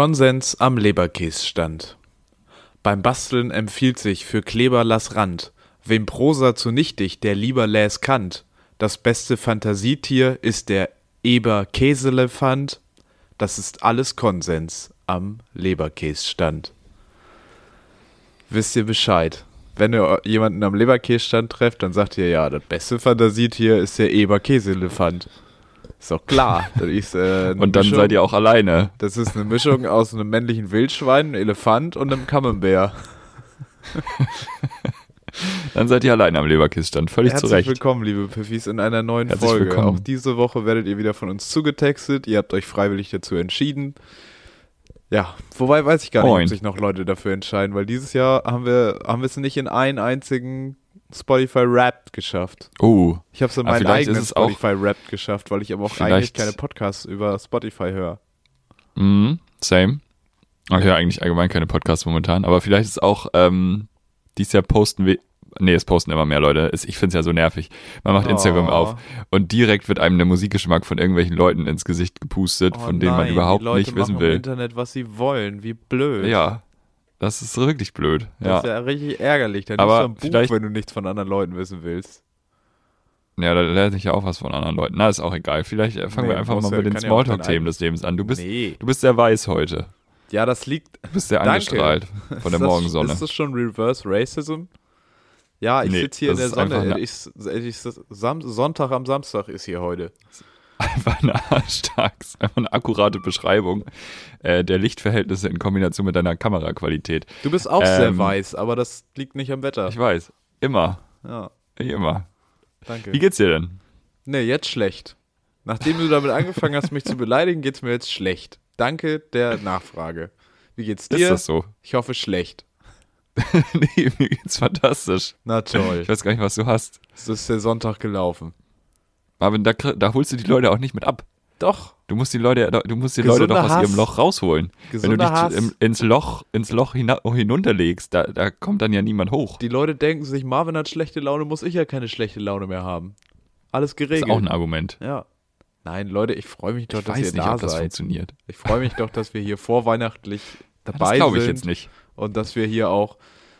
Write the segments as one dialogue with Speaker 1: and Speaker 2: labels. Speaker 1: Konsens am Leberkässtand. Beim Basteln empfiehlt sich für Kleber lass Rand. Wem Prosa zunichtig, der lieber läs Kant. Das beste Fantasietier ist der Eberkäselefant. Das ist alles Konsens am Leberkässtand. Wisst ihr Bescheid? Wenn ihr jemanden am Leberkässtand trefft, dann sagt ihr ja, das beste Fantasietier ist der Eberkäselefant. Ist doch klar. Das ist, äh, eine
Speaker 2: Und dann
Speaker 1: Mischung-
Speaker 2: seid ihr auch alleine.
Speaker 1: Das ist eine Mischung aus einem männlichen Wildschwein, einem Elefant und einem Camembert.
Speaker 2: Dann seid ihr alleine am Leberkiststand. Völlig zu
Speaker 1: Herzlich
Speaker 2: Recht.
Speaker 1: willkommen, liebe Piffis, in einer neuen
Speaker 2: Herzlich
Speaker 1: Folge.
Speaker 2: willkommen.
Speaker 1: Auch diese Woche werdet ihr wieder von uns zugetextet. Ihr habt euch freiwillig dazu entschieden. Ja, wobei weiß ich gar nicht,
Speaker 2: Moin.
Speaker 1: ob sich noch Leute dafür entscheiden, weil dieses Jahr haben wir haben wir es nicht in einen einzigen Spotify Rap geschafft.
Speaker 2: Oh,
Speaker 1: Ich habe es in
Speaker 2: Aber
Speaker 1: meinen
Speaker 2: vielleicht
Speaker 1: eigenen
Speaker 2: ist es auch-
Speaker 1: Spotify Rap geschafft, weil ich aber auch eigentlich
Speaker 2: Vielleicht-
Speaker 1: keine Podcasts über Spotify höre.
Speaker 2: Mhm, same. Ich höre eigentlich allgemein keine Podcasts momentan, aber vielleicht ist auch ähm, dies Jahr posten wir. Nee, es posten immer mehr Leute. Es- Ich finde es ja so nervig. Man macht Instagram
Speaker 1: Oh.
Speaker 2: auf und direkt wird einem der Musikgeschmack von irgendwelchen Leuten ins Gesicht gepustet,
Speaker 1: Oh
Speaker 2: von denen
Speaker 1: nein,
Speaker 2: man überhaupt
Speaker 1: die Leute
Speaker 2: nicht wissen
Speaker 1: machen im
Speaker 2: will.
Speaker 1: Internet, was sie wollen. Wie blöd.
Speaker 2: Ja, das ist wirklich blöd.
Speaker 1: Das
Speaker 2: Ja,
Speaker 1: ist ja richtig ärgerlich. Dann
Speaker 2: Aber
Speaker 1: liest du ein Buch,
Speaker 2: vielleicht-
Speaker 1: wenn du nichts von anderen Leuten wissen willst.
Speaker 2: ja da lerne ich ja auch was von anderen Leuten. Na, ist auch egal. Vielleicht äh, fangen
Speaker 1: Nee,
Speaker 2: wir einfach
Speaker 1: muss
Speaker 2: mal
Speaker 1: ja-
Speaker 2: mit den
Speaker 1: kann ja auch dein
Speaker 2: Smalltalk-Themen des Lebens an. Du bist,
Speaker 1: nee.
Speaker 2: du bist sehr weiß heute.
Speaker 1: Ja, das liegt
Speaker 2: Du bist sehr
Speaker 1: Danke.
Speaker 2: angestrahlt von
Speaker 1: Ist
Speaker 2: der
Speaker 1: das-
Speaker 2: Morgensonne.
Speaker 1: Ist das schon Reverse Racism? Ja, ich
Speaker 2: Nee,
Speaker 1: sitze hier in
Speaker 2: das
Speaker 1: der
Speaker 2: ist einfach
Speaker 1: Sonne.
Speaker 2: eine-
Speaker 1: Ich, ich, Sam, Sonntag am Samstag ist hier heute.
Speaker 2: Einfach eine Arschtags, einfach eine akkurate Beschreibung äh, der Lichtverhältnisse in Kombination mit deiner Kameraqualität.
Speaker 1: Du bist auch sehr
Speaker 2: Ähm,
Speaker 1: weiß, aber das liegt nicht am Wetter.
Speaker 2: Ich weiß, immer,
Speaker 1: Ja,
Speaker 2: ich immer.
Speaker 1: danke.
Speaker 2: Wie geht's dir denn?
Speaker 1: nee, jetzt schlecht. Nachdem du damit angefangen hast, mich zu beleidigen, geht's mir jetzt schlecht. Danke der Nachfrage. Wie geht's dir?
Speaker 2: Ist das so?
Speaker 1: Ich hoffe schlecht.
Speaker 2: nee, mir geht's fantastisch.
Speaker 1: Na toll.
Speaker 2: Ich weiß gar nicht, was du hast.
Speaker 1: So ist der Sonntag gelaufen.
Speaker 2: Aber da, kri- da holst du die Leute auch nicht mit ab.
Speaker 1: Doch.
Speaker 2: Du musst die Leute, du musst die
Speaker 1: Gesunder
Speaker 2: Leute doch aus
Speaker 1: Hass.
Speaker 2: ihrem Loch rausholen. Wenn du
Speaker 1: Gesunder
Speaker 2: dich zu-
Speaker 1: Hass.
Speaker 2: im, ins Loch, ins Loch hina hinunterlegst, da, da kommt dann ja niemand hoch.
Speaker 1: Die Leute denken sich, Marvin hat schlechte Laune, muss ich ja keine schlechte Laune mehr haben. Alles
Speaker 2: Das
Speaker 1: geregelt.
Speaker 2: ist auch ein Argument.
Speaker 1: Ja. Nein, Leute, ich freue mich doch,
Speaker 2: Ich
Speaker 1: dass
Speaker 2: weiß
Speaker 1: ihr
Speaker 2: nicht,
Speaker 1: da
Speaker 2: ob das
Speaker 1: seid.
Speaker 2: funktioniert.
Speaker 1: Ich freue mich doch, dass wir hier vorweihnachtlich
Speaker 2: Das
Speaker 1: dabei
Speaker 2: glaube ich
Speaker 1: sind
Speaker 2: jetzt nicht.
Speaker 1: und dass wir hier auch,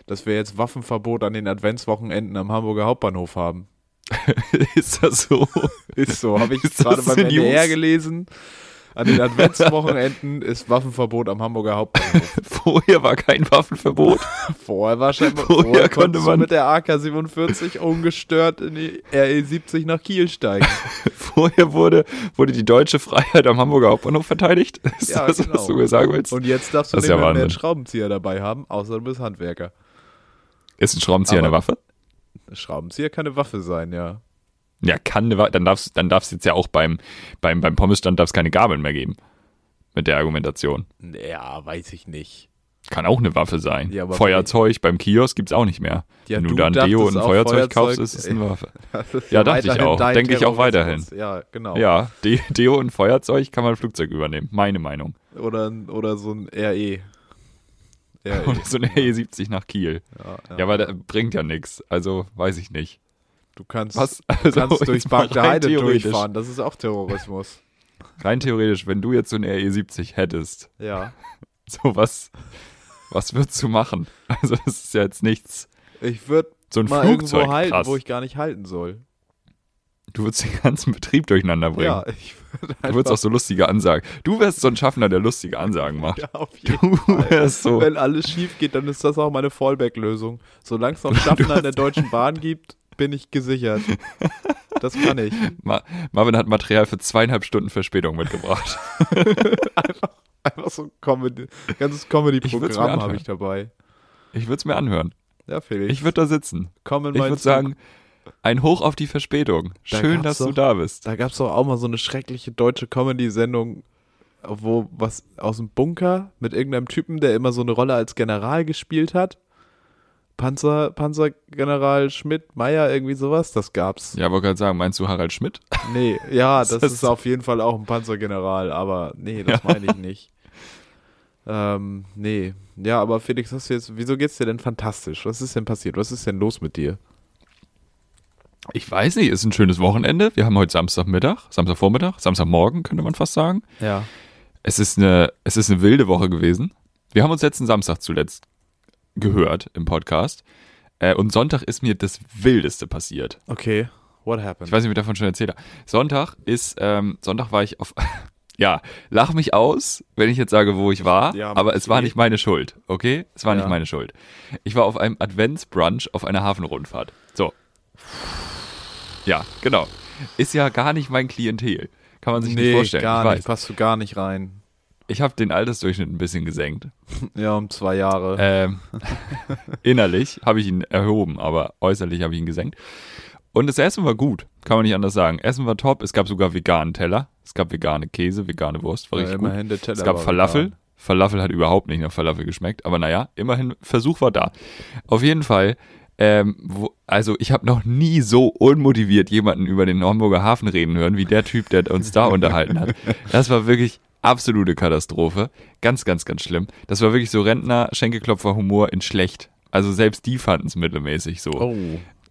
Speaker 1: dass wir jetzt Waffenverbot an den Adventswochenenden am Hamburger Hauptbahnhof haben.
Speaker 2: ist das so?
Speaker 1: Ist so, habe ich
Speaker 2: Ist das
Speaker 1: gerade beim
Speaker 2: eine News?
Speaker 1: NDR gelesen. An den Adventswochenenden ist Waffenverbot am Hamburger Hauptbahnhof.
Speaker 2: Vorher war kein Waffenverbot.
Speaker 1: Vorher war scheinbar,
Speaker 2: Vorher
Speaker 1: vorher
Speaker 2: konnte
Speaker 1: konntest du
Speaker 2: man-
Speaker 1: mit der AK-47 ungestört in die RE70 nach Kiel steigen.
Speaker 2: Vorher wurde, wurde die deutsche Freiheit am Hamburger Hauptbahnhof verteidigt. Ist
Speaker 1: Ja,
Speaker 2: das,
Speaker 1: genau.
Speaker 2: was du mir sagen willst?
Speaker 1: Und jetzt darfst du
Speaker 2: Das
Speaker 1: nicht
Speaker 2: ist ja
Speaker 1: mehr mehr einen
Speaker 2: Wahnsinn.
Speaker 1: Schraubenzieher dabei haben, außer du bist Handwerker.
Speaker 2: ist ein Schraubenzieher
Speaker 1: Aber-
Speaker 2: eine Waffe?
Speaker 1: Schraubenzieher kann eine Waffe sein, ja.
Speaker 2: Ja, kann eine Waffe. Dann darfst dann darf's jetzt ja auch beim, beim, beim Pommesstand darf's keine Gabeln mehr geben. Mit der Argumentation.
Speaker 1: Ja, weiß ich nicht.
Speaker 2: Kann auch eine Waffe sein.
Speaker 1: Ja, aber-
Speaker 2: Feuerzeug beim Kiosk gibt's auch nicht mehr.
Speaker 1: Ja,
Speaker 2: Wenn du,
Speaker 1: du
Speaker 2: da ein Deo
Speaker 1: dachtest
Speaker 2: und ein
Speaker 1: auch
Speaker 2: Feuerzeug,
Speaker 1: Feuerzeug-
Speaker 2: kaufst, ist es eine Waffe.
Speaker 1: Das ist
Speaker 2: Ja, dachte ich
Speaker 1: weiterhin
Speaker 2: auch.
Speaker 1: dein
Speaker 2: Denke ich auch
Speaker 1: Terrorismus. Ja, genau.
Speaker 2: Ja, De Deo und Feuerzeug kann man Flugzeug übernehmen. Meine Meinung.
Speaker 1: Oder, ein- oder so ein E. RE. RE.
Speaker 2: Oder so eine E70 nach Kiel.
Speaker 1: E, Ja, ja.
Speaker 2: Ja, aber das bringt ja nichts. Also, weiß ich nicht.
Speaker 1: Du kannst,
Speaker 2: Was?
Speaker 1: du
Speaker 2: Also,
Speaker 1: kannst durchs
Speaker 2: jetzt mal
Speaker 1: Park der
Speaker 2: rein
Speaker 1: Heide
Speaker 2: theoretisch.
Speaker 1: durchfahren. Das ist auch Terrorismus.
Speaker 2: Rein theoretisch, wenn du jetzt so eine RE70 hättest,
Speaker 1: Ja.
Speaker 2: so was, was würdest du machen? Also das ist ja jetzt nichts.
Speaker 1: Ich würde
Speaker 2: So ein
Speaker 1: mal
Speaker 2: Flugzeug,
Speaker 1: irgendwo halten,
Speaker 2: krass.
Speaker 1: wo ich gar nicht halten soll.
Speaker 2: Du würdest den ganzen Betrieb durcheinander bringen.
Speaker 1: Ja, ich würde
Speaker 2: du würdest auch so lustige Ansagen. Du wärst so ein Schaffner, der lustige Ansagen macht.
Speaker 1: ja, auf jeden
Speaker 2: Du wärst so.
Speaker 1: Genau. Wenn alles schief geht, dann ist das auch meine Fallback-Lösung. Solange es noch Schaffner in der Deutschen Bahn gibt, bin ich gesichert. Das kann ich.
Speaker 2: Ma Marvin hat Material für zweieinhalb Stunden Verspätung mitgebracht.
Speaker 1: Einfach so ein Comedy, ganzes
Speaker 2: Ich würd's mir
Speaker 1: Comedy-Programm
Speaker 2: anhören.
Speaker 1: habe ich dabei.
Speaker 2: Ich würde es mir anhören.
Speaker 1: Ja, Felix.
Speaker 2: Ich würde da sitzen.
Speaker 1: komm in
Speaker 2: Ich
Speaker 1: meinen
Speaker 2: würde
Speaker 1: Zug.
Speaker 2: sagen, ein Hoch auf die Verspätung.
Speaker 1: Da
Speaker 2: Schön,
Speaker 1: gab's
Speaker 2: dass du
Speaker 1: doch-
Speaker 2: da bist.
Speaker 1: Da gab es doch auch mal so eine schreckliche deutsche Comedy-Sendung, wo was aus dem Bunker mit irgendeinem Typen, der immer so eine Rolle als General gespielt hat. Panzer, Panzergeneral Schmidt, Meier, irgendwie sowas, das gab's.
Speaker 2: Ja, wollte gerade sagen, meinst du Harald Schmidt?
Speaker 1: Nee, ja, das
Speaker 2: Das-
Speaker 1: ist auf jeden Fall auch ein Panzergeneral, aber nee, das meine ich nicht. Ähm, nee. Ja, aber Felix, hast du jetzt, wieso geht's dir denn fantastisch? Was ist denn passiert? Was ist denn los mit dir?
Speaker 2: Ich weiß nicht, ist ein schönes Wochenende. Wir haben heute Samstagmittag, Samstagvormittag, Samstagmorgen könnte man fast sagen.
Speaker 1: Ja.
Speaker 2: Es ist eine, es ist eine wilde Woche gewesen. Wir haben uns letzten Samstag zuletzt gehört im Podcast. Äh, und Sonntag ist mir das Wildeste passiert.
Speaker 1: Okay, what happened?
Speaker 2: Ich weiß nicht, ob ich davon schon erzählt habe. Sonntag ist, ähm, Sonntag war ich auf, ja, lach mich aus, wenn ich jetzt sage, wo ich war,
Speaker 1: Ja,
Speaker 2: aber es war
Speaker 1: okay.
Speaker 2: nicht meine Schuld, okay? Es war
Speaker 1: Ja.
Speaker 2: nicht meine Schuld. Ich war auf einem Adventsbrunch auf einer Hafenrundfahrt. So. Ja, genau. Ist ja gar nicht mein Klientel. Kann man sich nicht vorstellen.
Speaker 1: gar
Speaker 2: ich weiß.
Speaker 1: nicht, passt du gar nicht rein.
Speaker 2: Ich habe den Altersdurchschnitt ein bisschen gesenkt.
Speaker 1: Ja, um zwei Jahre.
Speaker 2: Ähm, innerlich habe ich ihn erhoben, aber äußerlich habe ich ihn gesenkt. Und das Essen war gut, kann man nicht anders sagen. Essen war top, es gab sogar veganen Teller, es gab vegane Käse, vegane Wurst, war
Speaker 1: Ja,
Speaker 2: richtig gut.
Speaker 1: Äh, immerhin, der Teller
Speaker 2: es gab
Speaker 1: war
Speaker 2: Falafel,
Speaker 1: vegan.
Speaker 2: Falafel hat überhaupt nicht nach Falafel geschmeckt, aber naja, immerhin, Versuch war da. Auf jeden Fall, ähm, wo, also ich habe noch nie so unmotiviert jemanden über den Hamburger Hafen reden hören, wie der Typ, der uns da unterhalten hat. Das war wirklich absolute Katastrophe. Ganz, ganz, ganz schlimm. Das war wirklich so Rentner-Schenkelklopfer-Humor in schlecht. Also selbst die fanden es mittelmäßig so.
Speaker 1: oh,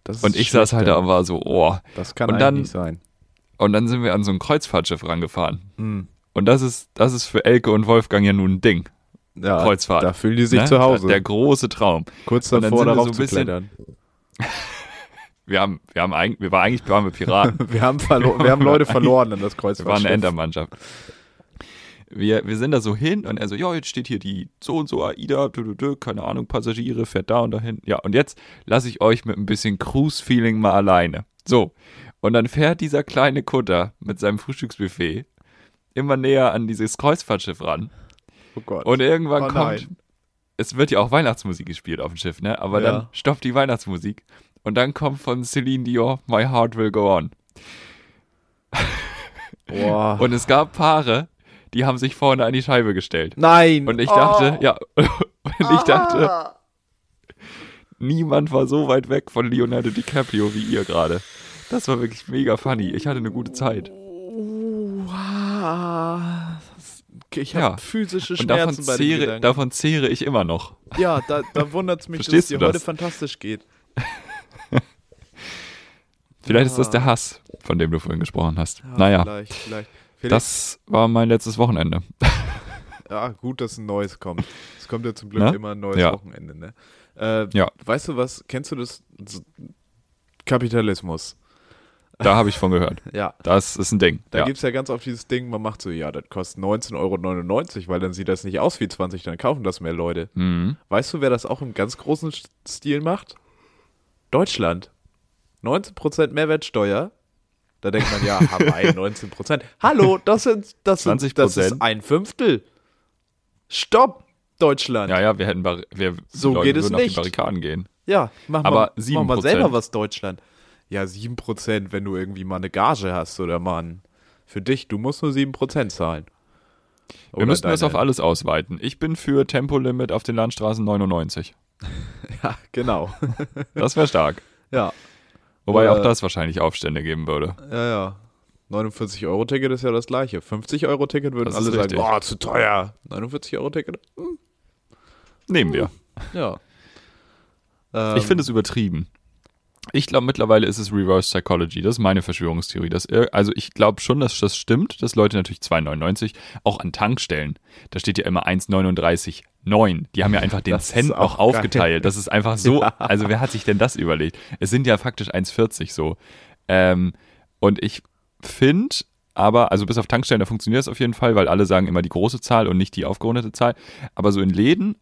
Speaker 1: das ist
Speaker 2: Und ich saß halt
Speaker 1: schlecht,
Speaker 2: da
Speaker 1: ja.
Speaker 2: und war so, oh.
Speaker 1: Das kann
Speaker 2: und
Speaker 1: eigentlich
Speaker 2: dann-
Speaker 1: nicht sein.
Speaker 2: Und dann sind wir an so ein Kreuzfahrtschiff rangefahren.
Speaker 1: Hm.
Speaker 2: Und das ist, das ist für Elke und Wolfgang ja nun ein Ding.
Speaker 1: Ja,
Speaker 2: Kreuzfahrt.
Speaker 1: Da fühlen die sich
Speaker 2: ne?
Speaker 1: zu Hause.
Speaker 2: Der große Traum.
Speaker 1: Kurz
Speaker 2: und dann
Speaker 1: davor,
Speaker 2: sind wir
Speaker 1: darauf
Speaker 2: so ein
Speaker 1: zu
Speaker 2: bisschen-
Speaker 1: klettern.
Speaker 2: Wir haben, wir haben eigentlich, wir waren eigentlich waren wir Piraten.
Speaker 1: Wir haben, verlo- wir haben Leute verloren an das
Speaker 2: Wir waren eine
Speaker 1: Kreuzfahrtschiff.
Speaker 2: Endermannschaft. Wir, wir sind da so hin und er so, ja, jetzt steht hier die so und so AIDA, dü, dü, dü, keine Ahnung, Passagiere, fährt da und dahin. Ja, und jetzt lasse ich euch mit ein bisschen Cruise-Feeling mal alleine. So, und dann fährt dieser kleine Kutter mit seinem Frühstücksbuffet immer näher an dieses Kreuzfahrtschiff ran.
Speaker 1: oh Gott.
Speaker 2: Und irgendwann
Speaker 1: Oh nein.
Speaker 2: kommt, es wird ja auch Weihnachtsmusik gespielt auf dem Schiff, ne? Aber
Speaker 1: Ja.
Speaker 2: dann stoppt die Weihnachtsmusik und dann kommt von Celine Dion My Heart Will Go On.
Speaker 1: Boah.
Speaker 2: Und es gab Paare, die haben sich vorne an die Scheibe gestellt.
Speaker 1: Nein.
Speaker 2: Und ich dachte,
Speaker 1: Oh.
Speaker 2: ja, und ich dachte, niemand war so weit weg von Leonardo DiCaprio wie ihr gerade. Das war wirklich mega funny. Ich hatte eine gute Zeit.
Speaker 1: Oh, Wow. Ich habe
Speaker 2: Ja.
Speaker 1: physische
Speaker 2: Und
Speaker 1: Schmerzen
Speaker 2: davon
Speaker 1: bei dem
Speaker 2: zehre,
Speaker 1: Gedanken.
Speaker 2: davon zehre ich immer noch.
Speaker 1: Ja, da, da wundert es mich, dass es
Speaker 2: Verstehst
Speaker 1: dir
Speaker 2: du das?
Speaker 1: heute fantastisch geht.
Speaker 2: Vielleicht ist das der Hass, von dem du vorhin gesprochen hast.
Speaker 1: Ja,
Speaker 2: naja,
Speaker 1: Ah, Vielleicht, vielleicht. vielleicht
Speaker 2: das war mein letztes Wochenende.
Speaker 1: Ja, ah, gut, dass ein neues kommt. Es kommt ja zum Glück
Speaker 2: Ne?
Speaker 1: immer ein neues
Speaker 2: Ja.
Speaker 1: Wochenende, ne? Äh,
Speaker 2: Ja.
Speaker 1: Weißt du was, kennst du das? S- Kapitalismus.
Speaker 2: Da habe ich von gehört.
Speaker 1: Ja.
Speaker 2: Das ist ein Ding.
Speaker 1: Da
Speaker 2: ja.
Speaker 1: gibt es ja ganz oft dieses Ding, man macht so, ja, das kostet 19,99 Euro, weil dann sieht das nicht aus wie 20, dann kaufen das mehr Leute.
Speaker 2: Mhm.
Speaker 1: Weißt du, wer das auch im ganz großen Sch- Stil macht? Deutschland. 19% Mehrwertsteuer. Da denkt man, ja, Hawaii, 19%. Hallo, das sind, das sind, das ist
Speaker 2: 20%.
Speaker 1: ein Fünftel. Stopp, Deutschland.
Speaker 2: Ja, ja, wir hätten Bar wir
Speaker 1: So
Speaker 2: Leute
Speaker 1: geht es
Speaker 2: würden auf
Speaker 1: nicht.
Speaker 2: die Barrikaden gehen.
Speaker 1: Ja, mach,
Speaker 2: Aber
Speaker 1: mal, mach mal
Speaker 2: 7%.
Speaker 1: selber was Deutschland. Ja, 7%, wenn du irgendwie mal eine Gage hast oder Mann. Für dich, du musst nur 7% zahlen.
Speaker 2: Wir müssen das auf
Speaker 1: alle.
Speaker 2: alles ausweiten. Ich bin für Tempolimit auf den Landstraßen 99.
Speaker 1: Ja, genau.
Speaker 2: Das wäre stark.
Speaker 1: ja,
Speaker 2: Wobei
Speaker 1: Äh.
Speaker 2: auch das wahrscheinlich Aufstände geben würde.
Speaker 1: ja, ja. 49-Euro-Ticket ist ja das gleiche. 50-Euro-Ticket würden
Speaker 2: Das ist
Speaker 1: alle sagen,
Speaker 2: richtig.
Speaker 1: boah, zu teuer. 49-Euro-Ticket?
Speaker 2: Nehmen wir.
Speaker 1: Ja. Ähm,
Speaker 2: Ich finde es übertrieben. Ich glaube, mittlerweile ist es Reverse Psychology. Das ist meine Verschwörungstheorie. Dass, ir- also ich glaube schon, dass das stimmt, dass Leute natürlich 2,99 auch an Tankstellen, da steht ja immer 1,39, 9. Die haben ja einfach den
Speaker 1: Das ist
Speaker 2: Cent
Speaker 1: auch
Speaker 2: auch
Speaker 1: geil.
Speaker 2: aufgeteilt. Das ist einfach so, also wer hat sich denn das überlegt? Es sind ja faktisch 1,40 so. Ähm, und ich finde, aber, also bis auf Tankstellen, da funktioniert das auf jeden Fall, weil alle sagen immer die große Zahl und nicht die aufgerundete Zahl. Aber so in Läden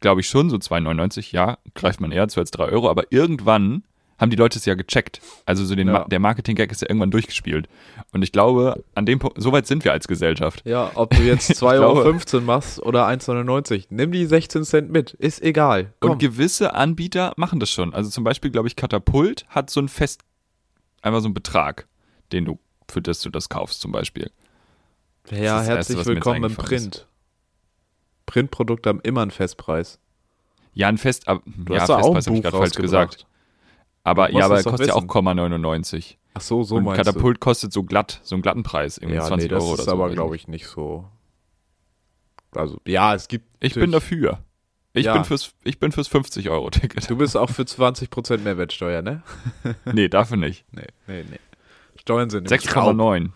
Speaker 2: glaube ich schon, so 2,99, ja, greift man eher zu als 3 Euro, aber irgendwann haben die Leute es ja gecheckt. Also so den,
Speaker 1: Ja.
Speaker 2: Ma- der Marketing-Gag ist ja irgendwann durchgespielt. Und ich glaube, an dem Punkt, so weit sind wir als Gesellschaft.
Speaker 1: Ja, ob du jetzt
Speaker 2: Ich glaube-
Speaker 1: 2,15 Euro machst oder 1,99, nimm die 16 Cent mit, ist egal. Komm.
Speaker 2: Und gewisse Anbieter machen das schon. Also zum Beispiel, glaube ich, Katapult hat so einen fest, einfach so einen Betrag, den du, für das du das kaufst zum Beispiel.
Speaker 1: Ja,
Speaker 2: Das ist das Erste,
Speaker 1: herzlich
Speaker 2: was mir jetzt
Speaker 1: willkommen im
Speaker 2: eingefallen ist.
Speaker 1: Print. Printprodukte haben immer einen Festpreis.
Speaker 2: Ja, ein Fest, ab,
Speaker 1: Du
Speaker 2: ja,
Speaker 1: hast da auch ein
Speaker 2: Festpreis habe
Speaker 1: Buch
Speaker 2: ich gerade falsch
Speaker 1: rausgebracht.
Speaker 2: gesagt. Aber,
Speaker 1: Du musst
Speaker 2: ja, aber
Speaker 1: es doch
Speaker 2: kostet ja auch
Speaker 1: wissen.
Speaker 2: 0,99.
Speaker 1: Ach so, so
Speaker 2: und
Speaker 1: meinst
Speaker 2: Katapult kostet so glatt, so einen glatten Preis,
Speaker 1: du.
Speaker 2: irgendwie
Speaker 1: Ja,
Speaker 2: 20
Speaker 1: nee, das
Speaker 2: Euro
Speaker 1: ist
Speaker 2: oder so.
Speaker 1: aber,
Speaker 2: weiß
Speaker 1: glaube ich, nicht so. Also, ja, es gibt.
Speaker 2: Ich bin
Speaker 1: natürlich-
Speaker 2: dafür. Ich,
Speaker 1: Ja.
Speaker 2: bin fürs, ich bin fürs 50-Euro-Ticket.
Speaker 1: Du bist auch für 20% Mehrwertsteuer, ne?
Speaker 2: Nee, dafür nicht.
Speaker 1: Nee, nee, nee. Steuern sind nämlich Raub.
Speaker 2: 6,9.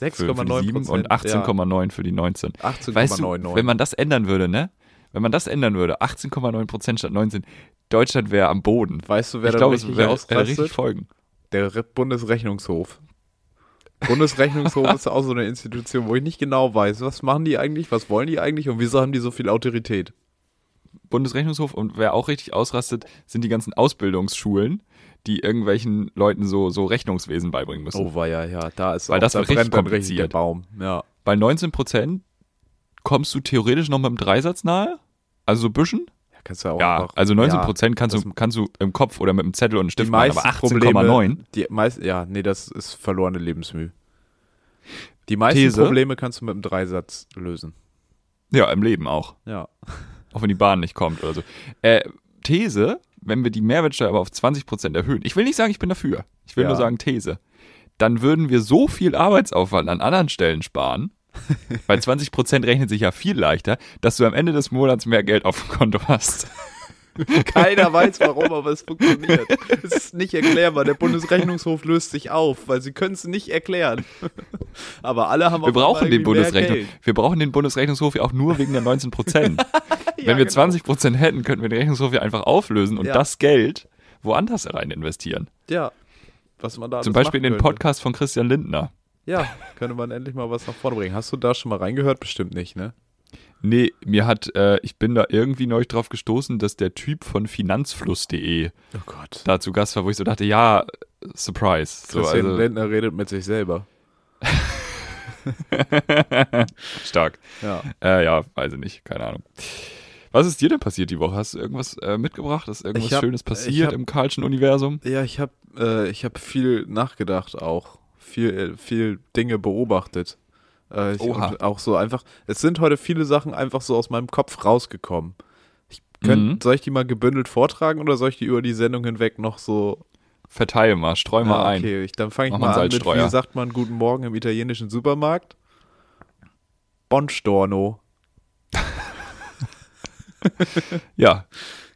Speaker 2: 6,9. für, für die
Speaker 1: 6,9
Speaker 2: 7 und 18,9 für die 19. Weißt du,
Speaker 1: 18,99.
Speaker 2: wenn man das ändern würde, ne? Wenn man das ändern würde, 18,9% statt 19, Deutschland wäre am Boden.
Speaker 1: weißt du, wer
Speaker 2: ich
Speaker 1: da
Speaker 2: glaube, es
Speaker 1: richtig
Speaker 2: wäre wär
Speaker 1: ausrastet?
Speaker 2: richtig Folgen.
Speaker 1: Der Re- Bundesrechnungshof. Bundesrechnungshof ist auch so eine Institution, wo ich nicht genau weiß, was machen die eigentlich, was wollen die eigentlich und wieso haben die so viel Autorität?
Speaker 2: Bundesrechnungshof und wer auch richtig ausrastet, sind die ganzen Ausbildungsschulen, die irgendwelchen Leuten so, so Rechnungswesen beibringen müssen.
Speaker 1: war ja, Oh, ja, da ist
Speaker 2: Weil
Speaker 1: auch,
Speaker 2: das
Speaker 1: da
Speaker 2: wird richtig
Speaker 1: brennt dann richtig der
Speaker 2: kompliziert.
Speaker 1: Baum. Ja.
Speaker 2: Bei 19% kommst du theoretisch noch mit dem Dreisatz nahe? Also so ein bisschen?
Speaker 1: ja, kannst du auch
Speaker 2: Ja,
Speaker 1: einfach,
Speaker 2: also 19% kannst,
Speaker 1: das-
Speaker 2: du, kannst du im Kopf oder mit einem Zettel und einem
Speaker 1: die
Speaker 2: Stift machen,
Speaker 1: meisten
Speaker 2: aber
Speaker 1: Probleme,
Speaker 2: 18,9.
Speaker 1: die meist, ja, nee, das ist verlorene Lebensmühe. Die meisten
Speaker 2: These.
Speaker 1: Probleme kannst du mit einem Dreisatz lösen.
Speaker 2: Ja, im Leben auch.
Speaker 1: Ja.
Speaker 2: Auch wenn die Bahn nicht kommt oder so. Äh, These, wenn wir die Mehrwertsteuer aber auf 20% erhöhen, ich will nicht sagen, ich bin dafür, ich will
Speaker 1: Ja.
Speaker 2: nur sagen These, dann würden wir so viel Arbeitsaufwand an anderen Stellen sparen, weil 20% rechnet sich ja viel leichter, dass du am Ende des Monats mehr Geld auf dem Konto hast.
Speaker 1: Keiner weiß warum, aber es funktioniert. Es ist nicht erklärbar. Der Bundesrechnungshof löst sich auf, weil sie können es nicht erklären. Aber alle haben
Speaker 2: Wir brauchen, den Bundesrechnung,
Speaker 1: Bundesrechnungshof.
Speaker 2: wir brauchen den Bundesrechnungshof ja auch nur wegen der 19%. Wenn wir
Speaker 1: genau.
Speaker 2: 20% hätten, könnten wir den Rechnungshof ja einfach auflösen und
Speaker 1: Ja.
Speaker 2: das Geld woanders rein investieren.
Speaker 1: Ja. Was man da
Speaker 2: Zum
Speaker 1: alles
Speaker 2: Beispiel in
Speaker 1: Also machen ne?
Speaker 2: den
Speaker 1: könnte.
Speaker 2: Podcast von Christian Lindner.
Speaker 1: Ja, könnte man endlich mal was nach vorne bringen. Hast du da schon mal reingehört? Bestimmt nicht, ne?
Speaker 2: Nee, mir hat, äh, ich bin da irgendwie neulich drauf gestoßen, dass der Typ von finanzfluss.de
Speaker 1: Oh Gott.
Speaker 2: da zu Gast war, wo ich so dachte, ja, surprise. So,
Speaker 1: Christian
Speaker 2: also,
Speaker 1: Lindner redet mit sich selber.
Speaker 2: stark.
Speaker 1: Ja.
Speaker 2: Äh, ja, weiß ich nicht, keine Ahnung. Was ist dir denn passiert die Woche? Hast du irgendwas äh, mitgebracht? Ist irgendwas
Speaker 1: Ich hab-
Speaker 2: Schönes
Speaker 1: ich
Speaker 2: passiert
Speaker 1: hab-
Speaker 2: im Karlschen Universum?
Speaker 1: Ja, ich habe äh, ich hab viel nachgedacht auch. Viel, äh, viel Dinge beobachtet. Äh, ich,
Speaker 2: Oha.
Speaker 1: Und auch so einfach. Es sind heute viele Sachen einfach so aus meinem Kopf rausgekommen. Ich könnt,
Speaker 2: Mhm.
Speaker 1: Soll ich die mal gebündelt vortragen oder soll ich die über die Sendung hinweg noch so.
Speaker 2: Verteil mal, streu mal
Speaker 1: Ja,
Speaker 2: ein.
Speaker 1: Ah, okay, ich, dann fange ich
Speaker 2: Mach
Speaker 1: mal
Speaker 2: mal einen
Speaker 1: an mit,
Speaker 2: Salzstreuer.
Speaker 1: wie sagt man Guten Morgen im italienischen Supermarkt? Bonstorno.
Speaker 2: Ja,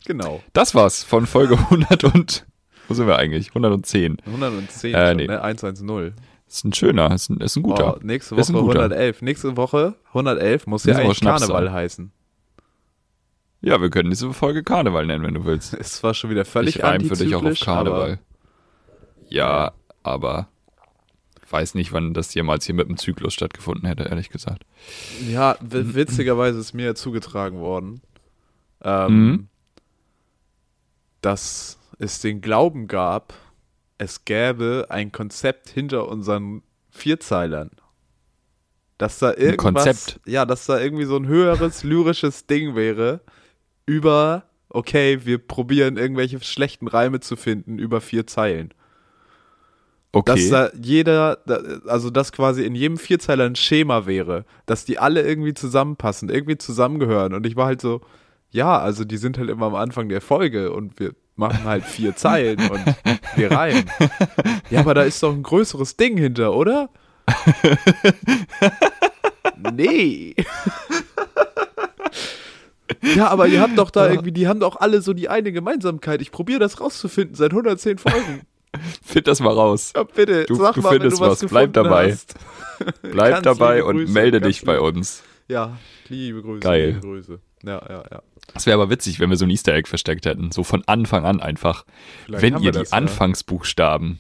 Speaker 1: Genau.
Speaker 2: das war's von Folge
Speaker 1: Ah.
Speaker 2: 100 und, wo sind wir eigentlich? 110.
Speaker 1: 110
Speaker 2: Äh,
Speaker 1: schon,
Speaker 2: nee.
Speaker 1: ne? 110.
Speaker 2: Ist ein schöner, ist ein, ist ein guter.
Speaker 1: Oh, nächste
Speaker 2: Ist
Speaker 1: Woche
Speaker 2: ein guter.
Speaker 1: 111. Nächste Woche 111 muss ja
Speaker 2: Müssen wir
Speaker 1: eigentlich
Speaker 2: Schnaps
Speaker 1: Karneval
Speaker 2: sagen.
Speaker 1: heißen.
Speaker 2: Ja, wir können diese Folge Karneval nennen, wenn du willst.
Speaker 1: Es war schon wieder völlig
Speaker 2: ich reim für dich auch auf
Speaker 1: antizyklisch,
Speaker 2: Karneval. Ja, aber weiß nicht, wann das jemals hier mit dem Zyklus stattgefunden hätte, ehrlich gesagt.
Speaker 1: Aber, ja, w- witzigerweise ist mir ja zugetragen worden, ähm,
Speaker 2: Mhm.
Speaker 1: dass es den Glauben gab, es gäbe ein Konzept hinter unseren Vierzeilern. Dass da irgendwas,
Speaker 2: Konzept?
Speaker 1: ja, dass da irgendwie so ein höheres lyrisches Ding wäre über, okay, wir probieren irgendwelche schlechten Reime zu finden über vier Zeilen. Dass
Speaker 2: Okay.
Speaker 1: da jeder, da- also dass quasi in jedem Vierzeiler ein Schema wäre, dass die alle irgendwie zusammenpassen, irgendwie zusammengehören. Und ich war halt so, ja, also die sind halt immer am Anfang der Folge und wir machen halt vier Zeilen und wir reimen. Ja, aber da ist doch ein größeres Ding hinter, oder? Nee. Ja, aber ihr habt doch da irgendwie, die haben doch alle so die eine Gemeinsamkeit. Ich probiere das rauszufinden seit 110 Folgen.
Speaker 2: Find das mal raus.
Speaker 1: Ja, bitte,
Speaker 2: Du-
Speaker 1: sag
Speaker 2: du
Speaker 1: mal,
Speaker 2: findest
Speaker 1: wenn du was,
Speaker 2: was. Bleib
Speaker 1: gefunden
Speaker 2: dabei.
Speaker 1: Hast.
Speaker 2: Bleib
Speaker 1: Ganz
Speaker 2: dabei
Speaker 1: liebe
Speaker 2: und
Speaker 1: Grüße,
Speaker 2: melde
Speaker 1: ganz
Speaker 2: dich bei
Speaker 1: liebe-
Speaker 2: uns.
Speaker 1: Ja, liebe Grüße,
Speaker 2: Geil.
Speaker 1: liebe Grüße. Ja, ja, ja.
Speaker 2: Es wäre aber witzig, wenn wir so ein Easter Egg versteckt hätten. So von Anfang an einfach.
Speaker 1: Vielleicht
Speaker 2: wenn
Speaker 1: haben
Speaker 2: ihr
Speaker 1: wir
Speaker 2: die
Speaker 1: das, ja.
Speaker 2: Anfangsbuchstaben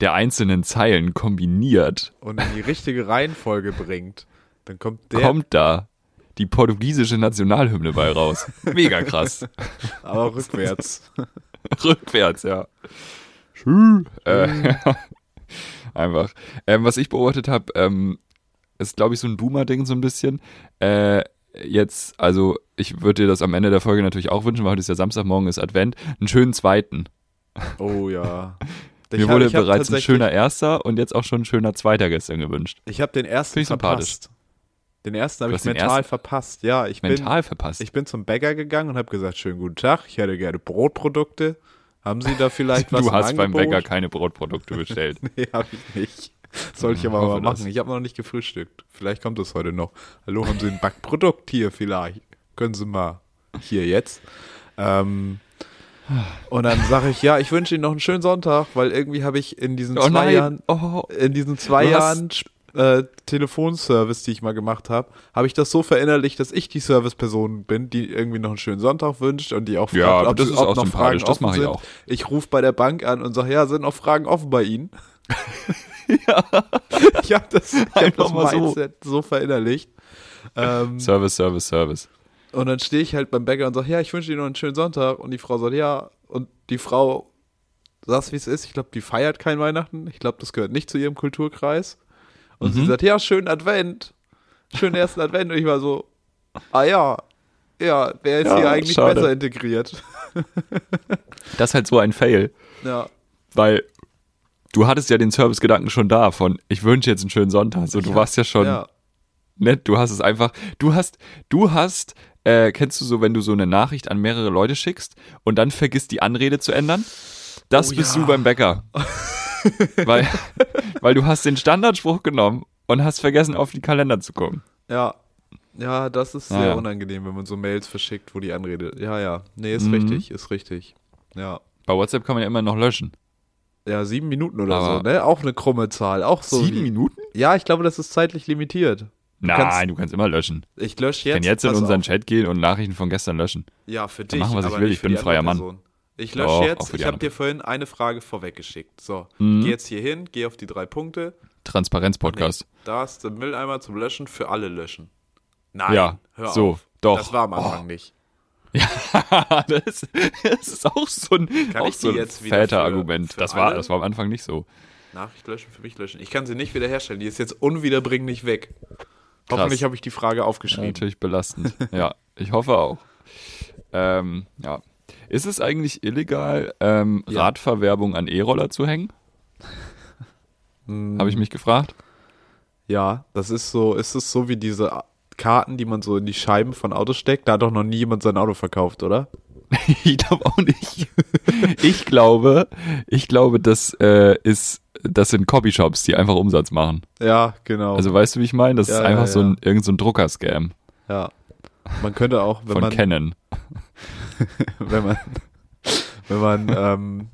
Speaker 2: der einzelnen Zeilen kombiniert,
Speaker 1: Und in die richtige Reihenfolge bringt, dann kommt der,
Speaker 2: kommt da die portugiesische Nationalhymne bei raus. Mega krass.
Speaker 1: aber rückwärts.
Speaker 2: Rückwärts, ja. Schü.
Speaker 1: Mhm.
Speaker 2: Äh, einfach. Ähm, was ich beobachtet habe, ähm, ist, glaube ich, so ein Boomer-Ding so ein bisschen. Äh, jetzt, also, ich würde dir das am Ende der Folge natürlich auch wünschen, weil heute ist ja Samstag, morgen ist Advent. Einen schönen zweiten.
Speaker 1: Oh ja.
Speaker 2: Mir
Speaker 1: hab-
Speaker 2: wurde
Speaker 1: hab
Speaker 2: bereits ein
Speaker 1: tatsächlich-
Speaker 2: schöner erster und jetzt auch schon ein schöner zweiter gestern gewünscht.
Speaker 1: Ich habe den ersten
Speaker 2: Finde ich sympathisch.
Speaker 1: verpasst. Den ersten habe
Speaker 2: Du
Speaker 1: ich
Speaker 2: hast den
Speaker 1: mental
Speaker 2: ersten-
Speaker 1: verpasst. Ja, ich bin,
Speaker 2: Mental verpasst.
Speaker 1: ich bin zum Bäcker gegangen und habe gesagt, schönen guten Tag, ich hätte gerne Brotprodukte. Haben Sie da vielleicht was
Speaker 2: du
Speaker 1: im
Speaker 2: hast beim
Speaker 1: Angebot?
Speaker 2: Bäcker keine Brotprodukte bestellt.
Speaker 1: Nee, hab ich nicht. Sollte ich aber
Speaker 2: hoffe
Speaker 1: mal machen.
Speaker 2: das.
Speaker 1: Ich habe noch nicht gefrühstückt. Vielleicht kommt das heute noch. Hallo, haben Sie ein Backprodukt hier vielleicht? Können Sie mal hier jetzt? Ähm, und dann sage ich, ja, ich wünsche Ihnen noch einen schönen Sonntag, weil irgendwie habe ich in diesen
Speaker 2: oh
Speaker 1: zwei
Speaker 2: nein.
Speaker 1: Jahren,
Speaker 2: Oh.
Speaker 1: Äh, in diesen zwei
Speaker 2: Du hast-
Speaker 1: Jahren sch- äh, Telefonservice, die ich mal gemacht habe, habe ich das so verinnerlicht, dass ich die Serviceperson bin, die irgendwie noch einen schönen Sonntag wünscht und die auch
Speaker 2: Ja, aber das ist auch sympathisch, das mache ich
Speaker 1: sind.
Speaker 2: auch.
Speaker 1: Ich rufe bei der Bank an und sage, ja, sind noch Fragen offen bei Ihnen? ja. Ich habe das, ich hab
Speaker 2: Einfach
Speaker 1: das
Speaker 2: mal so.
Speaker 1: Mindset so, verinnerlicht. Ähm,
Speaker 2: Service, Service, Service.
Speaker 1: und dann stehe ich halt beim Bäcker und sage, ja, ich wünsche Ihnen noch einen schönen Sonntag. Und die Frau sagt, ja. Und die Frau sagt, wie es ist. Ich glaube, die feiert kein Weihnachten. Ich glaube, das gehört nicht zu ihrem Kulturkreis. Und
Speaker 2: Mhm.
Speaker 1: sie sagt, ja, schönen Advent. Schönen ersten Advent. Und ich war so, ah ja, ja, wer ist
Speaker 2: Ja,
Speaker 1: hier eigentlich
Speaker 2: schade.
Speaker 1: besser integriert?
Speaker 2: Das ist halt so ein Fail,
Speaker 1: Ja,
Speaker 2: weil du hattest ja den Service-Gedanken schon da von, ich wünsche jetzt einen schönen Sonntag. So, du warst ja schon
Speaker 1: ja.
Speaker 2: nett, du hast es einfach, du hast, du hast, äh, kennst du so, wenn du so eine Nachricht an mehrere Leute schickst und dann vergisst die Anrede zu ändern? Das
Speaker 1: Oh
Speaker 2: bist
Speaker 1: ja.
Speaker 2: du beim Bäcker. weil, weil du hast den Standardspruch genommen und hast vergessen, auf die Kalender zu gucken.
Speaker 1: Ja. Ja, das ist
Speaker 2: Ah,
Speaker 1: sehr
Speaker 2: ja.
Speaker 1: unangenehm, wenn man so Mails verschickt, wo die Anrede. Ja, ja. Nee,
Speaker 2: Mhm.
Speaker 1: ist richtig, ist richtig. Ja.
Speaker 2: Bei WhatsApp kann man ja immer noch löschen.
Speaker 1: Ja, sieben Minuten oder
Speaker 2: Aber-
Speaker 1: so, ne? Auch eine krumme Zahl. Auch so. wie-
Speaker 2: Minuten?
Speaker 1: Ja, ich glaube, das ist zeitlich limitiert.
Speaker 2: Nein,
Speaker 1: kannst-
Speaker 2: du kannst immer löschen.
Speaker 1: Ich lösche
Speaker 2: Ich
Speaker 1: jetzt. Also
Speaker 2: kann jetzt in
Speaker 1: pass
Speaker 2: unseren
Speaker 1: auf.
Speaker 2: Chat gehen und Nachrichten von gestern löschen.
Speaker 1: Ja, für dich.
Speaker 2: machen, was ich
Speaker 1: aber
Speaker 2: will.
Speaker 1: nicht
Speaker 2: Ich
Speaker 1: für
Speaker 2: bin
Speaker 1: die
Speaker 2: ein freier
Speaker 1: andere
Speaker 2: Mann.
Speaker 1: Person. Ich lösche
Speaker 2: Doch, auch
Speaker 1: jetzt.
Speaker 2: für die
Speaker 1: Ich habe
Speaker 2: andere. Mhm.
Speaker 1: dir vorhin eine Frage vorweggeschickt. So, geh jetzt hier hin, geh auf die drei Punkte.
Speaker 2: Transparenz-Podcast.
Speaker 1: Da ist der Mülleimer zum Löschen für alle löschen. Nein,
Speaker 2: Ja,
Speaker 1: hör
Speaker 2: so,
Speaker 1: auf.
Speaker 2: doch. Oh.
Speaker 1: Das war am Anfang nicht.
Speaker 2: das, das ist auch so ein,
Speaker 1: Kann
Speaker 2: auch
Speaker 1: ich die
Speaker 2: so ein
Speaker 1: jetzt wieder
Speaker 2: Väterargument.
Speaker 1: für- für
Speaker 2: Das war,
Speaker 1: alle?
Speaker 2: das war am Anfang nicht so.
Speaker 1: Nachricht löschen, für mich löschen. Ich kann sie nicht wiederherstellen. Die ist jetzt unwiederbringlich weg. Hoffentlich habe ich die Frage aufgeschrieben.
Speaker 2: Natürlich belastend. ja, ich hoffe auch. Ähm, ja. Ist es eigentlich illegal, ähm,
Speaker 1: Ja.
Speaker 2: Radverwerbung an E-Roller zu hängen?
Speaker 1: Hm.
Speaker 2: Habe ich mich gefragt.
Speaker 1: Ja, das ist so, ist es so wie diese Karten, die man so in die Scheiben von Autos steckt. Da hat doch noch nie jemand sein Auto verkauft, oder?
Speaker 2: ich glaube auch nicht. Ich glaube, ich glaube, das äh, ist, das sind Copyshops, die einfach Umsatz machen.
Speaker 1: Ja, genau.
Speaker 2: Also weißt du, wie ich meine? Das
Speaker 1: Ja,
Speaker 2: ist
Speaker 1: ja,
Speaker 2: einfach so
Speaker 1: ja.
Speaker 2: ein irgendein so ein Drucker-Scam
Speaker 1: Ja. Man könnte auch, wenn
Speaker 2: von
Speaker 1: man,
Speaker 2: Canon.
Speaker 1: wenn man, wenn man ähm,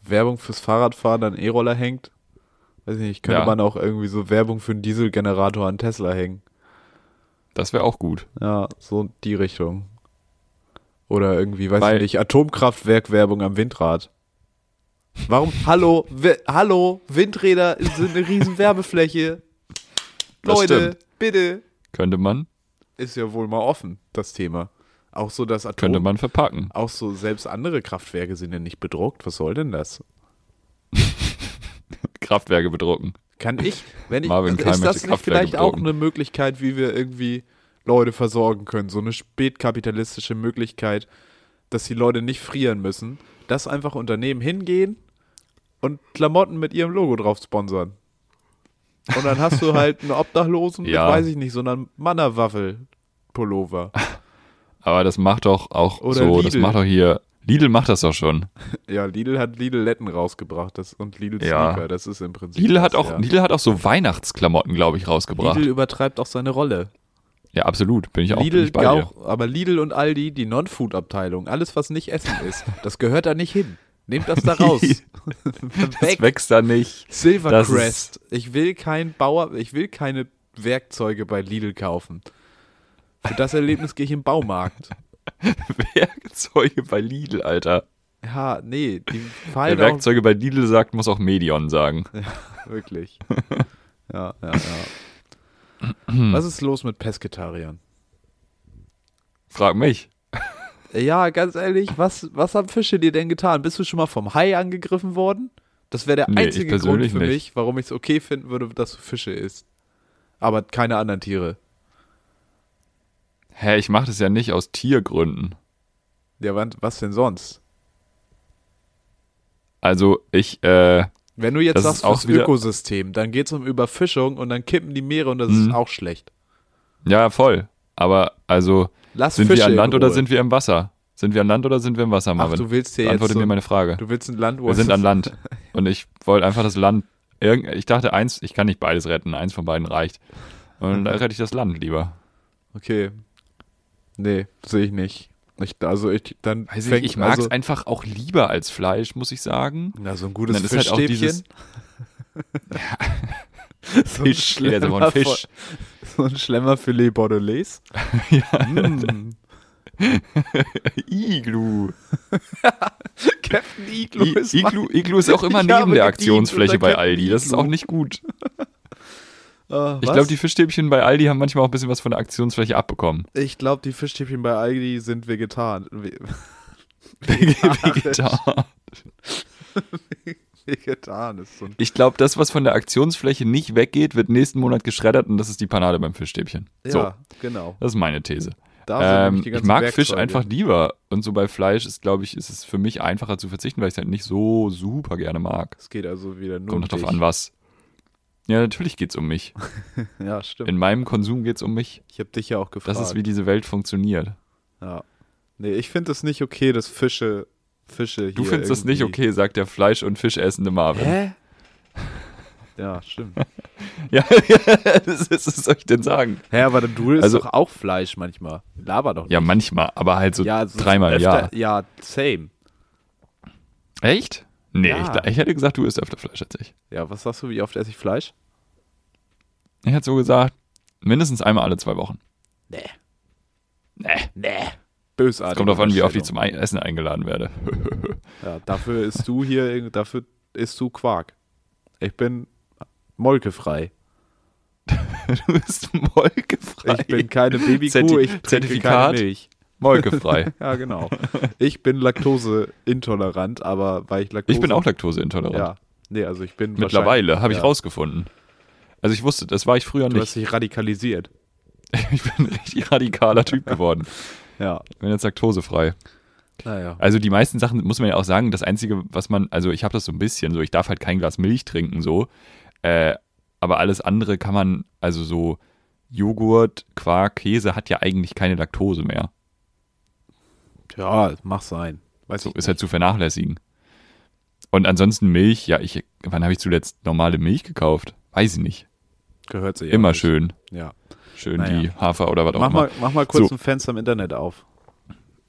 Speaker 1: Werbung fürs Fahrradfahren an E-Roller hängt, weiß ich nicht, könnte
Speaker 2: Ja.
Speaker 1: man auch irgendwie so Werbung für einen Dieselgenerator an Tesla hängen.
Speaker 2: Das wäre auch gut.
Speaker 1: Ja, so die Richtung. Oder irgendwie, weiß
Speaker 2: Weil-
Speaker 1: ich nicht, Atomkraftwerk-Werbung am Windrad. Warum? Hallo, wi hallo, Windräder sind eine riesen Werbefläche.
Speaker 2: Das
Speaker 1: Leute,
Speaker 2: stimmt.
Speaker 1: bitte.
Speaker 2: Könnte man,
Speaker 1: Ist ja wohl mal offen, das Thema. Auch so das Atom
Speaker 2: könnte man verpacken.
Speaker 1: Auch so, selbst andere Kraftwerke sind ja nicht bedruckt. Was soll denn das?
Speaker 2: Kraftwerke bedrucken.
Speaker 1: Kann ich, wenn ich,
Speaker 2: Marvin Keim
Speaker 1: ist
Speaker 2: möchte
Speaker 1: das nicht
Speaker 2: Kraftwerke
Speaker 1: vielleicht auch
Speaker 2: bedrucken.
Speaker 1: eine Möglichkeit, wie wir irgendwie Leute versorgen können? So eine spätkapitalistische Möglichkeit, dass die Leute nicht frieren müssen, dass einfach Unternehmen hingehen und Klamotten mit ihrem Logo drauf sponsern. Und dann hast du halt einen Obdachlosen
Speaker 2: Ja.
Speaker 1: mit, weiß ich nicht, so einem Mannerwaffel-Pullover.
Speaker 2: Aber das macht doch auch
Speaker 1: Oder
Speaker 2: so, das
Speaker 1: Lidl.
Speaker 2: macht doch hier. Lidl macht das doch schon.
Speaker 1: Ja, Lidl hat Lidl-Letten rausgebracht das, und
Speaker 2: Ja.
Speaker 1: Lidl-Sneaker, das ist im Prinzip
Speaker 2: Lidl hat
Speaker 1: das,
Speaker 2: auch,
Speaker 1: ja.
Speaker 2: Lidl hat auch so Weihnachtsklamotten, glaube ich, rausgebracht.
Speaker 1: Lidl übertreibt auch seine Rolle.
Speaker 2: ja, absolut. Bin ich auch, bin
Speaker 1: Lidl,
Speaker 2: ich bei dir.
Speaker 1: auch, aber Lidl und Aldi, die Non-Food-Abteilung, alles was nicht Essen ist, das gehört da nicht hin. Nehmt das da raus.
Speaker 2: Das
Speaker 1: Weg.
Speaker 2: wächst da nicht. Das
Speaker 1: Silvercrest. Ich will kein Bauer, ich will keine Werkzeuge bei Lidl kaufen. Für das Erlebnis gehe ich im Baumarkt.
Speaker 2: Werkzeuge bei Lidl, Alter.
Speaker 1: Ja, nee, die
Speaker 2: Wer
Speaker 1: fallen auch
Speaker 2: Werkzeuge bei Lidl sagt, muss auch Medion sagen.
Speaker 1: wirklich. Ja, ja, ja. Was ist los mit Pesketariern?
Speaker 2: Frag mich.
Speaker 1: Ja, ganz ehrlich, was, was haben Fische dir denn getan? Bist du schon mal vom Hai angegriffen worden? Das wäre der
Speaker 2: Nee, ich
Speaker 1: einzige Grund
Speaker 2: persönlich
Speaker 1: für
Speaker 2: nicht.
Speaker 1: mich, warum ich es okay finden würde, dass du Fische isst. Aber keine anderen Tiere.
Speaker 2: Hä, ich mache das ja nicht aus Tiergründen.
Speaker 1: Ja, wann, was denn sonst?
Speaker 2: Also ich, äh,
Speaker 1: Wenn du jetzt
Speaker 2: Das ist
Speaker 1: sagst,
Speaker 2: auch
Speaker 1: fürs
Speaker 2: wieder-
Speaker 1: Ökosystem, dann geht es um Überfischung und dann kippen die Meere und das
Speaker 2: Mhm.
Speaker 1: ist auch schlecht.
Speaker 2: ja voll. Aber also
Speaker 1: Lass
Speaker 2: sind
Speaker 1: Fische
Speaker 2: wir an
Speaker 1: in
Speaker 2: Land oder
Speaker 1: Ruhe.
Speaker 2: sind wir im Wasser? Sind wir an Land oder sind wir im Wasser,
Speaker 1: Ach,
Speaker 2: Marvin?
Speaker 1: du willst hier jetzt
Speaker 2: Beantworte
Speaker 1: so,
Speaker 2: mir meine Frage.
Speaker 1: Du willst ein Land, wo
Speaker 2: Wir
Speaker 1: es-
Speaker 2: sind an Land und ich wollte einfach das Land. Irgend, ich dachte eins, ich kann nicht beides retten. Eins von beiden reicht. Und dann rette ich das Land lieber.
Speaker 1: Okay. Nee, sehe ich nicht. Ich, also ich, dann
Speaker 2: Weiß ich,
Speaker 1: fängt,
Speaker 2: ich mag es
Speaker 1: also,
Speaker 2: einfach auch lieber als Fleisch, muss ich sagen.
Speaker 1: na, so ein
Speaker 2: Und
Speaker 1: gutes
Speaker 2: dann ist halt auch
Speaker 1: Fischstäbchen.
Speaker 2: dieses.
Speaker 1: So ein
Speaker 2: Fisch. Jeder sagt
Speaker 1: Schlemmer
Speaker 2: von Fisch.
Speaker 1: So ein Schlemmerfilet Bordelaise. Mm.
Speaker 2: Iglu.
Speaker 1: Captain Iglu
Speaker 2: I-
Speaker 1: ist
Speaker 2: Iglu, Iglu ist auch immer
Speaker 1: Ich
Speaker 2: neben
Speaker 1: habe
Speaker 2: der
Speaker 1: gedient
Speaker 2: Aktionsfläche
Speaker 1: unter
Speaker 2: bei
Speaker 1: Captain
Speaker 2: Aldi. Das ist
Speaker 1: Iglu.
Speaker 2: auch nicht gut.
Speaker 1: mein- Äh,
Speaker 2: Ich
Speaker 1: was?
Speaker 2: glaube, die Fischstäbchen bei Aldi haben manchmal auch ein bisschen was von der Aktionsfläche abbekommen.
Speaker 1: ich glaube, die Fischstäbchen bei Aldi sind vegetar ve-
Speaker 2: Vegetar.
Speaker 1: vegetan. Ist so ein
Speaker 2: Ich glaube, das, was von der Aktionsfläche nicht weggeht, wird nächsten Monat geschreddert und das ist die Panade beim Fischstäbchen. So,
Speaker 1: Ja, genau.
Speaker 2: das ist meine These.
Speaker 1: Da sind
Speaker 2: Ähm,
Speaker 1: nämlich die
Speaker 2: ich
Speaker 1: ganzen
Speaker 2: mag Fisch
Speaker 1: Werkzeuge.
Speaker 2: einfach lieber. Und so bei Fleisch ist, glaube ich, ist es für mich einfacher zu verzichten, weil ich es halt nicht so super gerne mag.
Speaker 1: Es geht also wieder nur
Speaker 2: Kommt
Speaker 1: um
Speaker 2: doch drauf
Speaker 1: dich.
Speaker 2: an, was. Ja, natürlich geht's um mich.
Speaker 1: Ja, stimmt.
Speaker 2: In meinem Konsum geht's um mich.
Speaker 1: Ich habe dich ja auch gefragt.
Speaker 2: Das ist, wie diese Welt funktioniert.
Speaker 1: ja. Nee, ich finde es nicht okay, dass Fische Fische
Speaker 2: Du
Speaker 1: hier
Speaker 2: findest das nicht
Speaker 1: irgendwie-
Speaker 2: okay, sagt der Fleisch- und Fischessende Marvin.
Speaker 1: Hä? Ja, stimmt.
Speaker 2: Ja, das ist, was soll ich denn sagen?
Speaker 1: Hä, aber du isst
Speaker 2: Also-
Speaker 1: doch auch Fleisch manchmal. Laber doch nicht.
Speaker 2: Ja, manchmal, aber halt so
Speaker 1: also
Speaker 2: dreimal im Jahr.
Speaker 1: öfter- Ja, same.
Speaker 2: Echt? Nee,
Speaker 1: Ja.
Speaker 2: ich, gla- ich hätte gesagt, du isst öfter Fleisch als ich.
Speaker 1: Ja, was sagst du, wie oft esse ich Fleisch?
Speaker 2: Ich hätte so gesagt, mindestens einmal alle zwei Wochen.
Speaker 1: Nee.
Speaker 2: Nee.
Speaker 1: Nee. Bösartig.
Speaker 2: Es kommt drauf an, wie oft ich zum Ei- Essen eingeladen werde.
Speaker 1: Ja, dafür isst du hier, irg- dafür isst du Quark. Ich bin molkefrei.
Speaker 2: du bist molkefrei.
Speaker 1: Ich bin keine Babykuh,
Speaker 2: Zerti-
Speaker 1: ich trinke
Speaker 2: Zertifikat?
Speaker 1: keine Milch.
Speaker 2: molkefrei.
Speaker 1: Ja, genau. Ich bin laktoseintolerant, aber weil ich Laktose...
Speaker 2: Ich bin auch laktoseintolerant.
Speaker 1: Ja. Nee, also ich bin
Speaker 2: Mittlerweile, habe ich
Speaker 1: ja.
Speaker 2: rausgefunden. Also ich wusste, das war ich früher
Speaker 1: Du hast
Speaker 2: nicht.
Speaker 1: dich radikalisiert.
Speaker 2: Ich bin ein richtig radikaler Typ geworden.
Speaker 1: Ja.
Speaker 2: Ich bin jetzt laktosefrei.
Speaker 1: Naja.
Speaker 2: Also die meisten Sachen, muss man ja auch sagen, das Einzige, was man, also ich habe das so ein bisschen, so ich darf halt kein Glas Milch trinken, so. Äh, aber alles andere kann man, also so Joghurt, Quark, Käse hat ja eigentlich keine Laktose mehr.
Speaker 1: Ja, mach sein. Weiß
Speaker 2: So
Speaker 1: ich
Speaker 2: ist halt zu vernachlässigen. Und ansonsten Milch, ja, ich, wann habe ich zuletzt normale Milch gekauft? Weiß ich nicht.
Speaker 1: Gehört sich.
Speaker 2: Immer
Speaker 1: auch nicht.
Speaker 2: schön.
Speaker 1: Ja.
Speaker 2: Schön
Speaker 1: Naja.
Speaker 2: die Hafer oder was auch
Speaker 1: Mach
Speaker 2: immer.
Speaker 1: mal, mach mal kurz
Speaker 2: So.
Speaker 1: ein Fenster im Internet auf.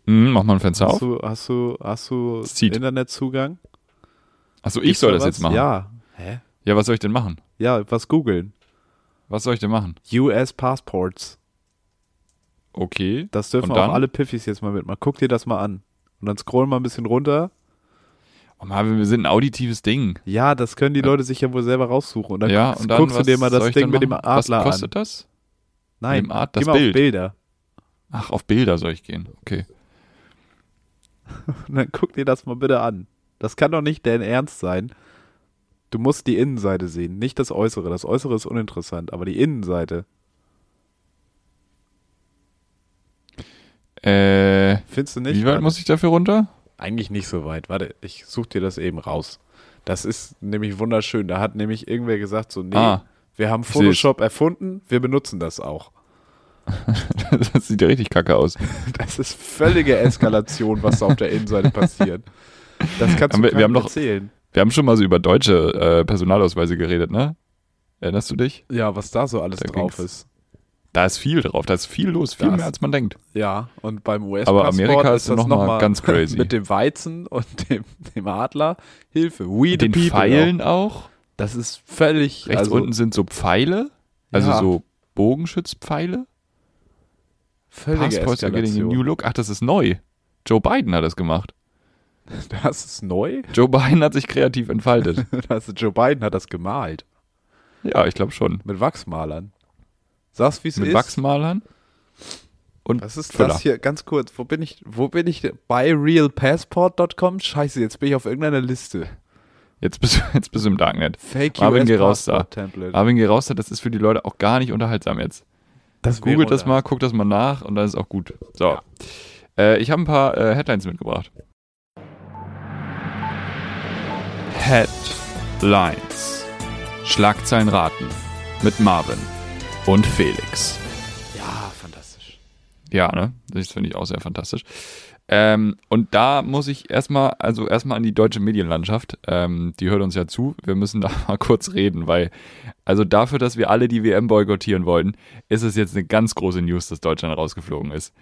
Speaker 2: Hm, mach mal ein Fenster
Speaker 1: Hast
Speaker 2: auf.
Speaker 1: du, hast du, hast du
Speaker 2: Es zieht.
Speaker 1: Internetzugang?
Speaker 2: Achso, ich
Speaker 1: Gibt's
Speaker 2: soll
Speaker 1: da
Speaker 2: das
Speaker 1: was?
Speaker 2: jetzt machen. Ja.
Speaker 1: Ja. Hä?
Speaker 2: ja, was soll ich denn machen?
Speaker 1: Ja, was googeln.
Speaker 2: Was soll ich denn machen?
Speaker 1: US Passports.
Speaker 2: Okay.
Speaker 1: Das dürfen
Speaker 2: Und
Speaker 1: auch
Speaker 2: dann?
Speaker 1: alle Piffis jetzt mal mitmachen. Guck dir das mal an. Und dann scroll mal ein bisschen runter.
Speaker 2: Oh Marvin, wir sind ein auditives Ding.
Speaker 1: Ja, das können die Leute sich ja wohl selber raussuchen. Und dann,
Speaker 2: ja,
Speaker 1: guckst,
Speaker 2: und dann
Speaker 1: guckst du
Speaker 2: was
Speaker 1: dir mal
Speaker 2: soll
Speaker 1: das
Speaker 2: ich
Speaker 1: Ding
Speaker 2: dann
Speaker 1: mit dem
Speaker 2: machen?
Speaker 1: Adler
Speaker 2: Was kostet
Speaker 1: an.
Speaker 2: das?
Speaker 1: Nein,
Speaker 2: dem Ad-
Speaker 1: geh
Speaker 2: das
Speaker 1: mal auf
Speaker 2: Bild.
Speaker 1: Bilder.
Speaker 2: Ach, auf Bilder soll ich gehen. Okay.
Speaker 1: Und dann guck dir das mal bitte an. Das kann doch nicht dein Ernst sein. Du musst die Innenseite sehen, nicht das Äußere. Das Äußere ist uninteressant, aber die Innenseite.
Speaker 2: Äh,
Speaker 1: Findest du nicht?
Speaker 2: wie weit
Speaker 1: Warte.
Speaker 2: muss ich dafür runter?
Speaker 1: Eigentlich nicht so weit. Warte, ich such dir das eben raus. Das ist nämlich wunderschön. Da hat nämlich irgendwer gesagt, so, nee,
Speaker 2: Ah.
Speaker 1: wir haben
Speaker 2: seh's.
Speaker 1: Photoshop erfunden, wir benutzen das auch.
Speaker 2: Das sieht ja richtig kacke aus.
Speaker 1: Das ist völlige Eskalation, was da auf der Innenseite passiert. Das kannst du
Speaker 2: Aber wir- wir
Speaker 1: keinem
Speaker 2: haben doch-
Speaker 1: erzählen.
Speaker 2: Wir haben schon mal so über deutsche äh, Personalausweise geredet, ne? Erinnerst du dich?
Speaker 1: Ja, was da so alles
Speaker 2: Da
Speaker 1: drauf
Speaker 2: ging's.
Speaker 1: ist.
Speaker 2: Da ist viel drauf, da ist viel los, viel
Speaker 1: Da
Speaker 2: mehr
Speaker 1: ist-
Speaker 2: als man denkt.
Speaker 1: Ja, und beim us
Speaker 2: Aber Amerika ist
Speaker 1: das
Speaker 2: noch mal ganz crazy.
Speaker 1: Mit dem Weizen und dem, dem Adler. Hilfe. We the
Speaker 2: Mit den
Speaker 1: people.
Speaker 2: Pfeilen auch.
Speaker 1: Das ist völlig.
Speaker 2: Rechts
Speaker 1: also,
Speaker 2: unten sind so Pfeile, also
Speaker 1: Ja.
Speaker 2: so Bogenschützpfeile.
Speaker 1: völlige
Speaker 2: Passports are getting a new
Speaker 1: Eskalation.
Speaker 2: look. Ach, das ist neu. Joe Biden hat das gemacht.
Speaker 1: Das ist neu.
Speaker 2: Joe Biden hat sich kreativ entfaltet.
Speaker 1: Das ist Joe Biden hat das gemalt.
Speaker 2: ja, ich glaube schon.
Speaker 1: Mit Wachsmalern. Sagst, wie es
Speaker 2: Mit
Speaker 1: ist.
Speaker 2: Wachsmalern und
Speaker 1: Was ist
Speaker 2: Füller.
Speaker 1: das hier? Ganz kurz, wo bin ich? Wo bin ich? denn? Bei realpassport.com? Scheiße, jetzt bin ich auf irgendeiner Liste.
Speaker 2: Jetzt bist, du, jetzt bist du im Darknet.
Speaker 1: Fake
Speaker 2: Marvin,
Speaker 1: US
Speaker 2: geh raus da.
Speaker 1: Passport Template.
Speaker 2: Marvin, geh raus, das ist für die Leute auch gar nicht unterhaltsam jetzt.
Speaker 1: das wäre
Speaker 2: Googelt das
Speaker 1: unter-
Speaker 2: mal, guckt das mal nach und dann ist auch gut. So. Äh, ich habe ein paar äh, Headlines mitgebracht. Headlines. Schlagzeilen raten. Mit Marvin und Felix.
Speaker 1: Ja, fantastisch.
Speaker 2: Ja, ne? Das finde ich auch sehr fantastisch. Ähm, und da muss ich erstmal, also erstmal an die deutsche Medienlandschaft, ähm, die hört uns ja zu, wir müssen da mal kurz reden, weil, also dafür, dass wir alle die WM boykottieren wollten, ist es jetzt eine ganz große News, dass Deutschland rausgeflogen ist.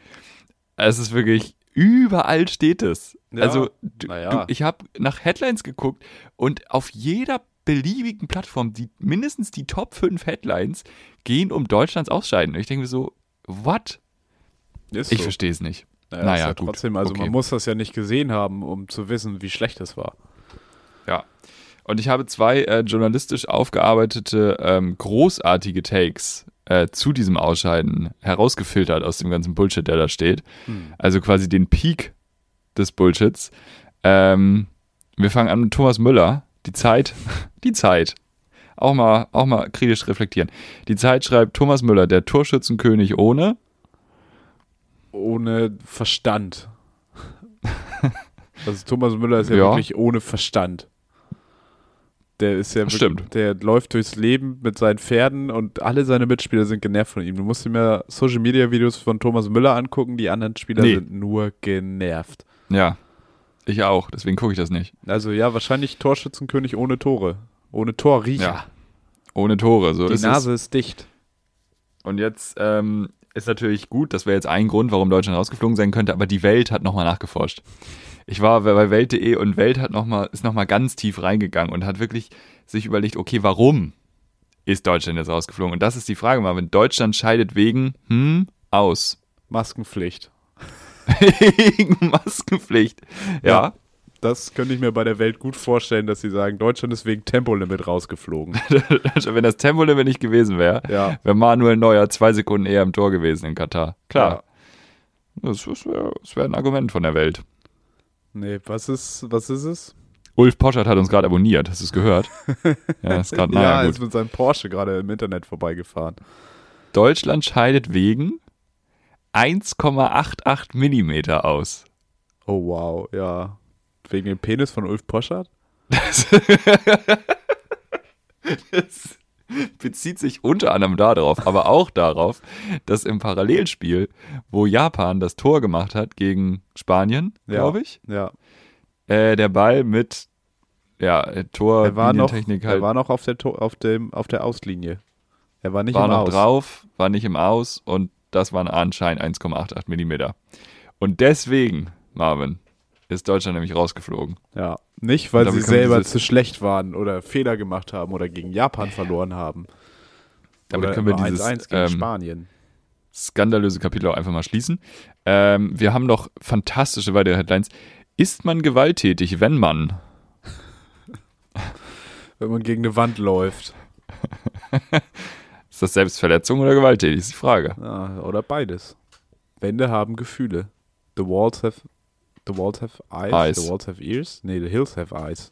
Speaker 2: Es ist wirklich, überall steht es.
Speaker 1: Ja,
Speaker 2: also, du,
Speaker 1: na ja.
Speaker 2: du, ich habe nach Headlines geguckt und auf jeder beliebigen Plattformen, die mindestens die Top 5 Headlines gehen um Deutschlands Ausscheiden. Und ich denke mir so, what?
Speaker 1: Ist
Speaker 2: Ich
Speaker 1: so.
Speaker 2: verstehe es nicht.
Speaker 1: Naja,
Speaker 2: Naja,
Speaker 1: ist ja
Speaker 2: gut.
Speaker 1: trotzdem, also
Speaker 2: Okay.
Speaker 1: man muss das ja nicht gesehen haben, um zu wissen, wie schlecht es war.
Speaker 2: Ja. Und ich habe zwei äh, journalistisch aufgearbeitete, ähm, großartige Takes äh, zu diesem Ausscheiden herausgefiltert aus dem ganzen Bullshit, der da steht.
Speaker 1: Hm.
Speaker 2: Also quasi den Peak des Bullshits. Ähm, wir fangen an mit Thomas Müller. Die Zeit, die Zeit. Auch mal, auch mal kritisch reflektieren. Die Zeit schreibt Thomas Müller, der Torschützenkönig ohne.
Speaker 1: Ohne Verstand. also Thomas Müller ist ja,
Speaker 2: Ja.
Speaker 1: wirklich ohne Verstand. Der ist ja
Speaker 2: Das
Speaker 1: wirklich-
Speaker 2: stimmt.
Speaker 1: der läuft durchs Leben mit seinen Pferden und alle seine Mitspieler sind genervt von ihm. Du musst dir mal Social Media Videos von Thomas Müller angucken, die anderen Spieler
Speaker 2: Nee.
Speaker 1: sind nur genervt.
Speaker 2: Ja, ich auch. Deswegen gucke ich das nicht.
Speaker 1: Also ja, wahrscheinlich Torschützenkönig ohne Tore. Ohne Torriecher.
Speaker 2: Ohne Tore. So
Speaker 1: Die
Speaker 2: ist es.
Speaker 1: Nase ist dicht.
Speaker 2: Und jetzt ähm, ist natürlich gut, das wäre jetzt ein Grund, warum Deutschland rausgeflogen sein könnte, aber die Welt hat nochmal nachgeforscht. Ich war bei Welt.de und Welt hat noch mal, ist nochmal ganz tief reingegangen und hat wirklich sich überlegt, okay, warum ist Deutschland jetzt rausgeflogen? Und das ist die Frage, Marvin. Deutschland scheidet wegen, hm, aus.
Speaker 1: Maskenpflicht.
Speaker 2: Wegen Maskenpflicht. Ja,
Speaker 1: Das könnte ich mir bei der Welt gut vorstellen, dass sie sagen, Deutschland ist wegen Tempolimit rausgeflogen.
Speaker 2: wenn das Tempolimit nicht gewesen wäre,
Speaker 1: Ja.
Speaker 2: wäre Manuel Neuer zwei Sekunden eher im Tor gewesen in Katar.
Speaker 1: Ja.
Speaker 2: Klar. Das, das wäre das wär ein Argument von der Welt.
Speaker 1: Nee, was ist, was ist es?
Speaker 2: Ulf Poschert hat uns gerade abonniert, hast du es gehört? Ja, ist gerade, naja,
Speaker 1: ja,
Speaker 2: gut.
Speaker 1: ist mit seinem Porsche gerade im Internet vorbeigefahren.
Speaker 2: Deutschland scheidet wegen 1,88 Millimeter aus.
Speaker 1: Oh wow, ja. Wegen dem Penis von Ulf Poschert?
Speaker 2: Das, das bezieht sich unter anderem darauf, aber auch darauf, dass im Parallelspiel, wo Japan das Tor gemacht hat gegen Spanien,
Speaker 1: Ja.
Speaker 2: glaube ich,
Speaker 1: Ja.
Speaker 2: äh, der Ball mit ja, äh, Tor,
Speaker 1: Er war noch,
Speaker 2: Linientechnik halt,
Speaker 1: er war noch auf der, To- auf dem, auf der Auslinie. Er war nicht
Speaker 2: war
Speaker 1: im
Speaker 2: noch
Speaker 1: Aus.
Speaker 2: drauf, war nicht im Aus und das waren anscheinend 1,88 Millimeter. Und deswegen, Marvin, ist Deutschland nämlich rausgeflogen.
Speaker 1: Ja. Nicht, weil
Speaker 2: Damit
Speaker 1: sie
Speaker 2: kann man
Speaker 1: selber
Speaker 2: dieses-
Speaker 1: zu schlecht waren oder Fehler gemacht haben oder gegen Japan verloren haben.
Speaker 2: Damit
Speaker 1: oder
Speaker 2: können wir
Speaker 1: immer
Speaker 2: dieses
Speaker 1: 1-1 gegen
Speaker 2: ähm,
Speaker 1: Spanien.
Speaker 2: skandalöse Kapitel auch einfach mal schließen. Ähm, wir haben noch fantastische weitere Headlines. Ist man gewalttätig, wenn man?
Speaker 1: Wenn man gegen eine Wand läuft.
Speaker 2: Ist das Selbstverletzung oder gewalttätig? Ist die Frage.
Speaker 1: Ja, Äh, oder beides. Wände haben Gefühle. The walls have The walls have eyes.
Speaker 2: Eyes.
Speaker 1: The walls have ears. Nee, the hills have eyes.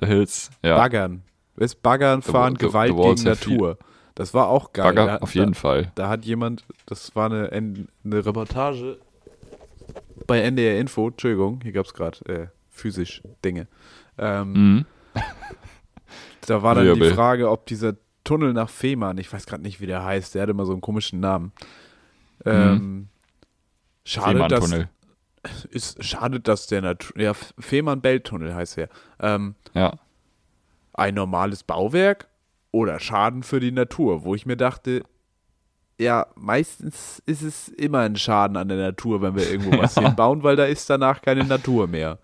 Speaker 2: The Hills, ja.
Speaker 1: Baggern. Ist Baggern fahren
Speaker 2: the- the
Speaker 1: Gewalt
Speaker 2: walls
Speaker 1: gegen
Speaker 2: have e-
Speaker 1: Natur. Das war auch geil.
Speaker 2: Bagger,
Speaker 1: da,
Speaker 2: auf jeden
Speaker 1: da,
Speaker 2: Fall.
Speaker 1: Da hat jemand, das war eine, N- eine Reportage bei NDR Info, Entschuldigung, hier gab es gerade äh, physisch Dinge. Ähm,
Speaker 2: Mhm.
Speaker 1: Da war dann
Speaker 2: Wirbel.
Speaker 1: die Frage, ob dieser Tunnel nach Fehmarn, ich weiß gerade nicht, wie der heißt, der hatte immer so einen komischen Namen.
Speaker 2: Mhm.
Speaker 1: Ähm, Schade, dass,
Speaker 2: Seemanntunnel.
Speaker 1: ist, schade, dass der Natur. Ja, F- Fehmarn-Belt-Tunnel heißt der. Ähm,
Speaker 2: Ja.
Speaker 1: ein normales Bauwerk oder Schaden für die Natur, wo ich mir dachte, ja, meistens ist es immer ein Schaden an der Natur, wenn wir irgendwo was hinbauen, weil da ist danach keine Natur mehr.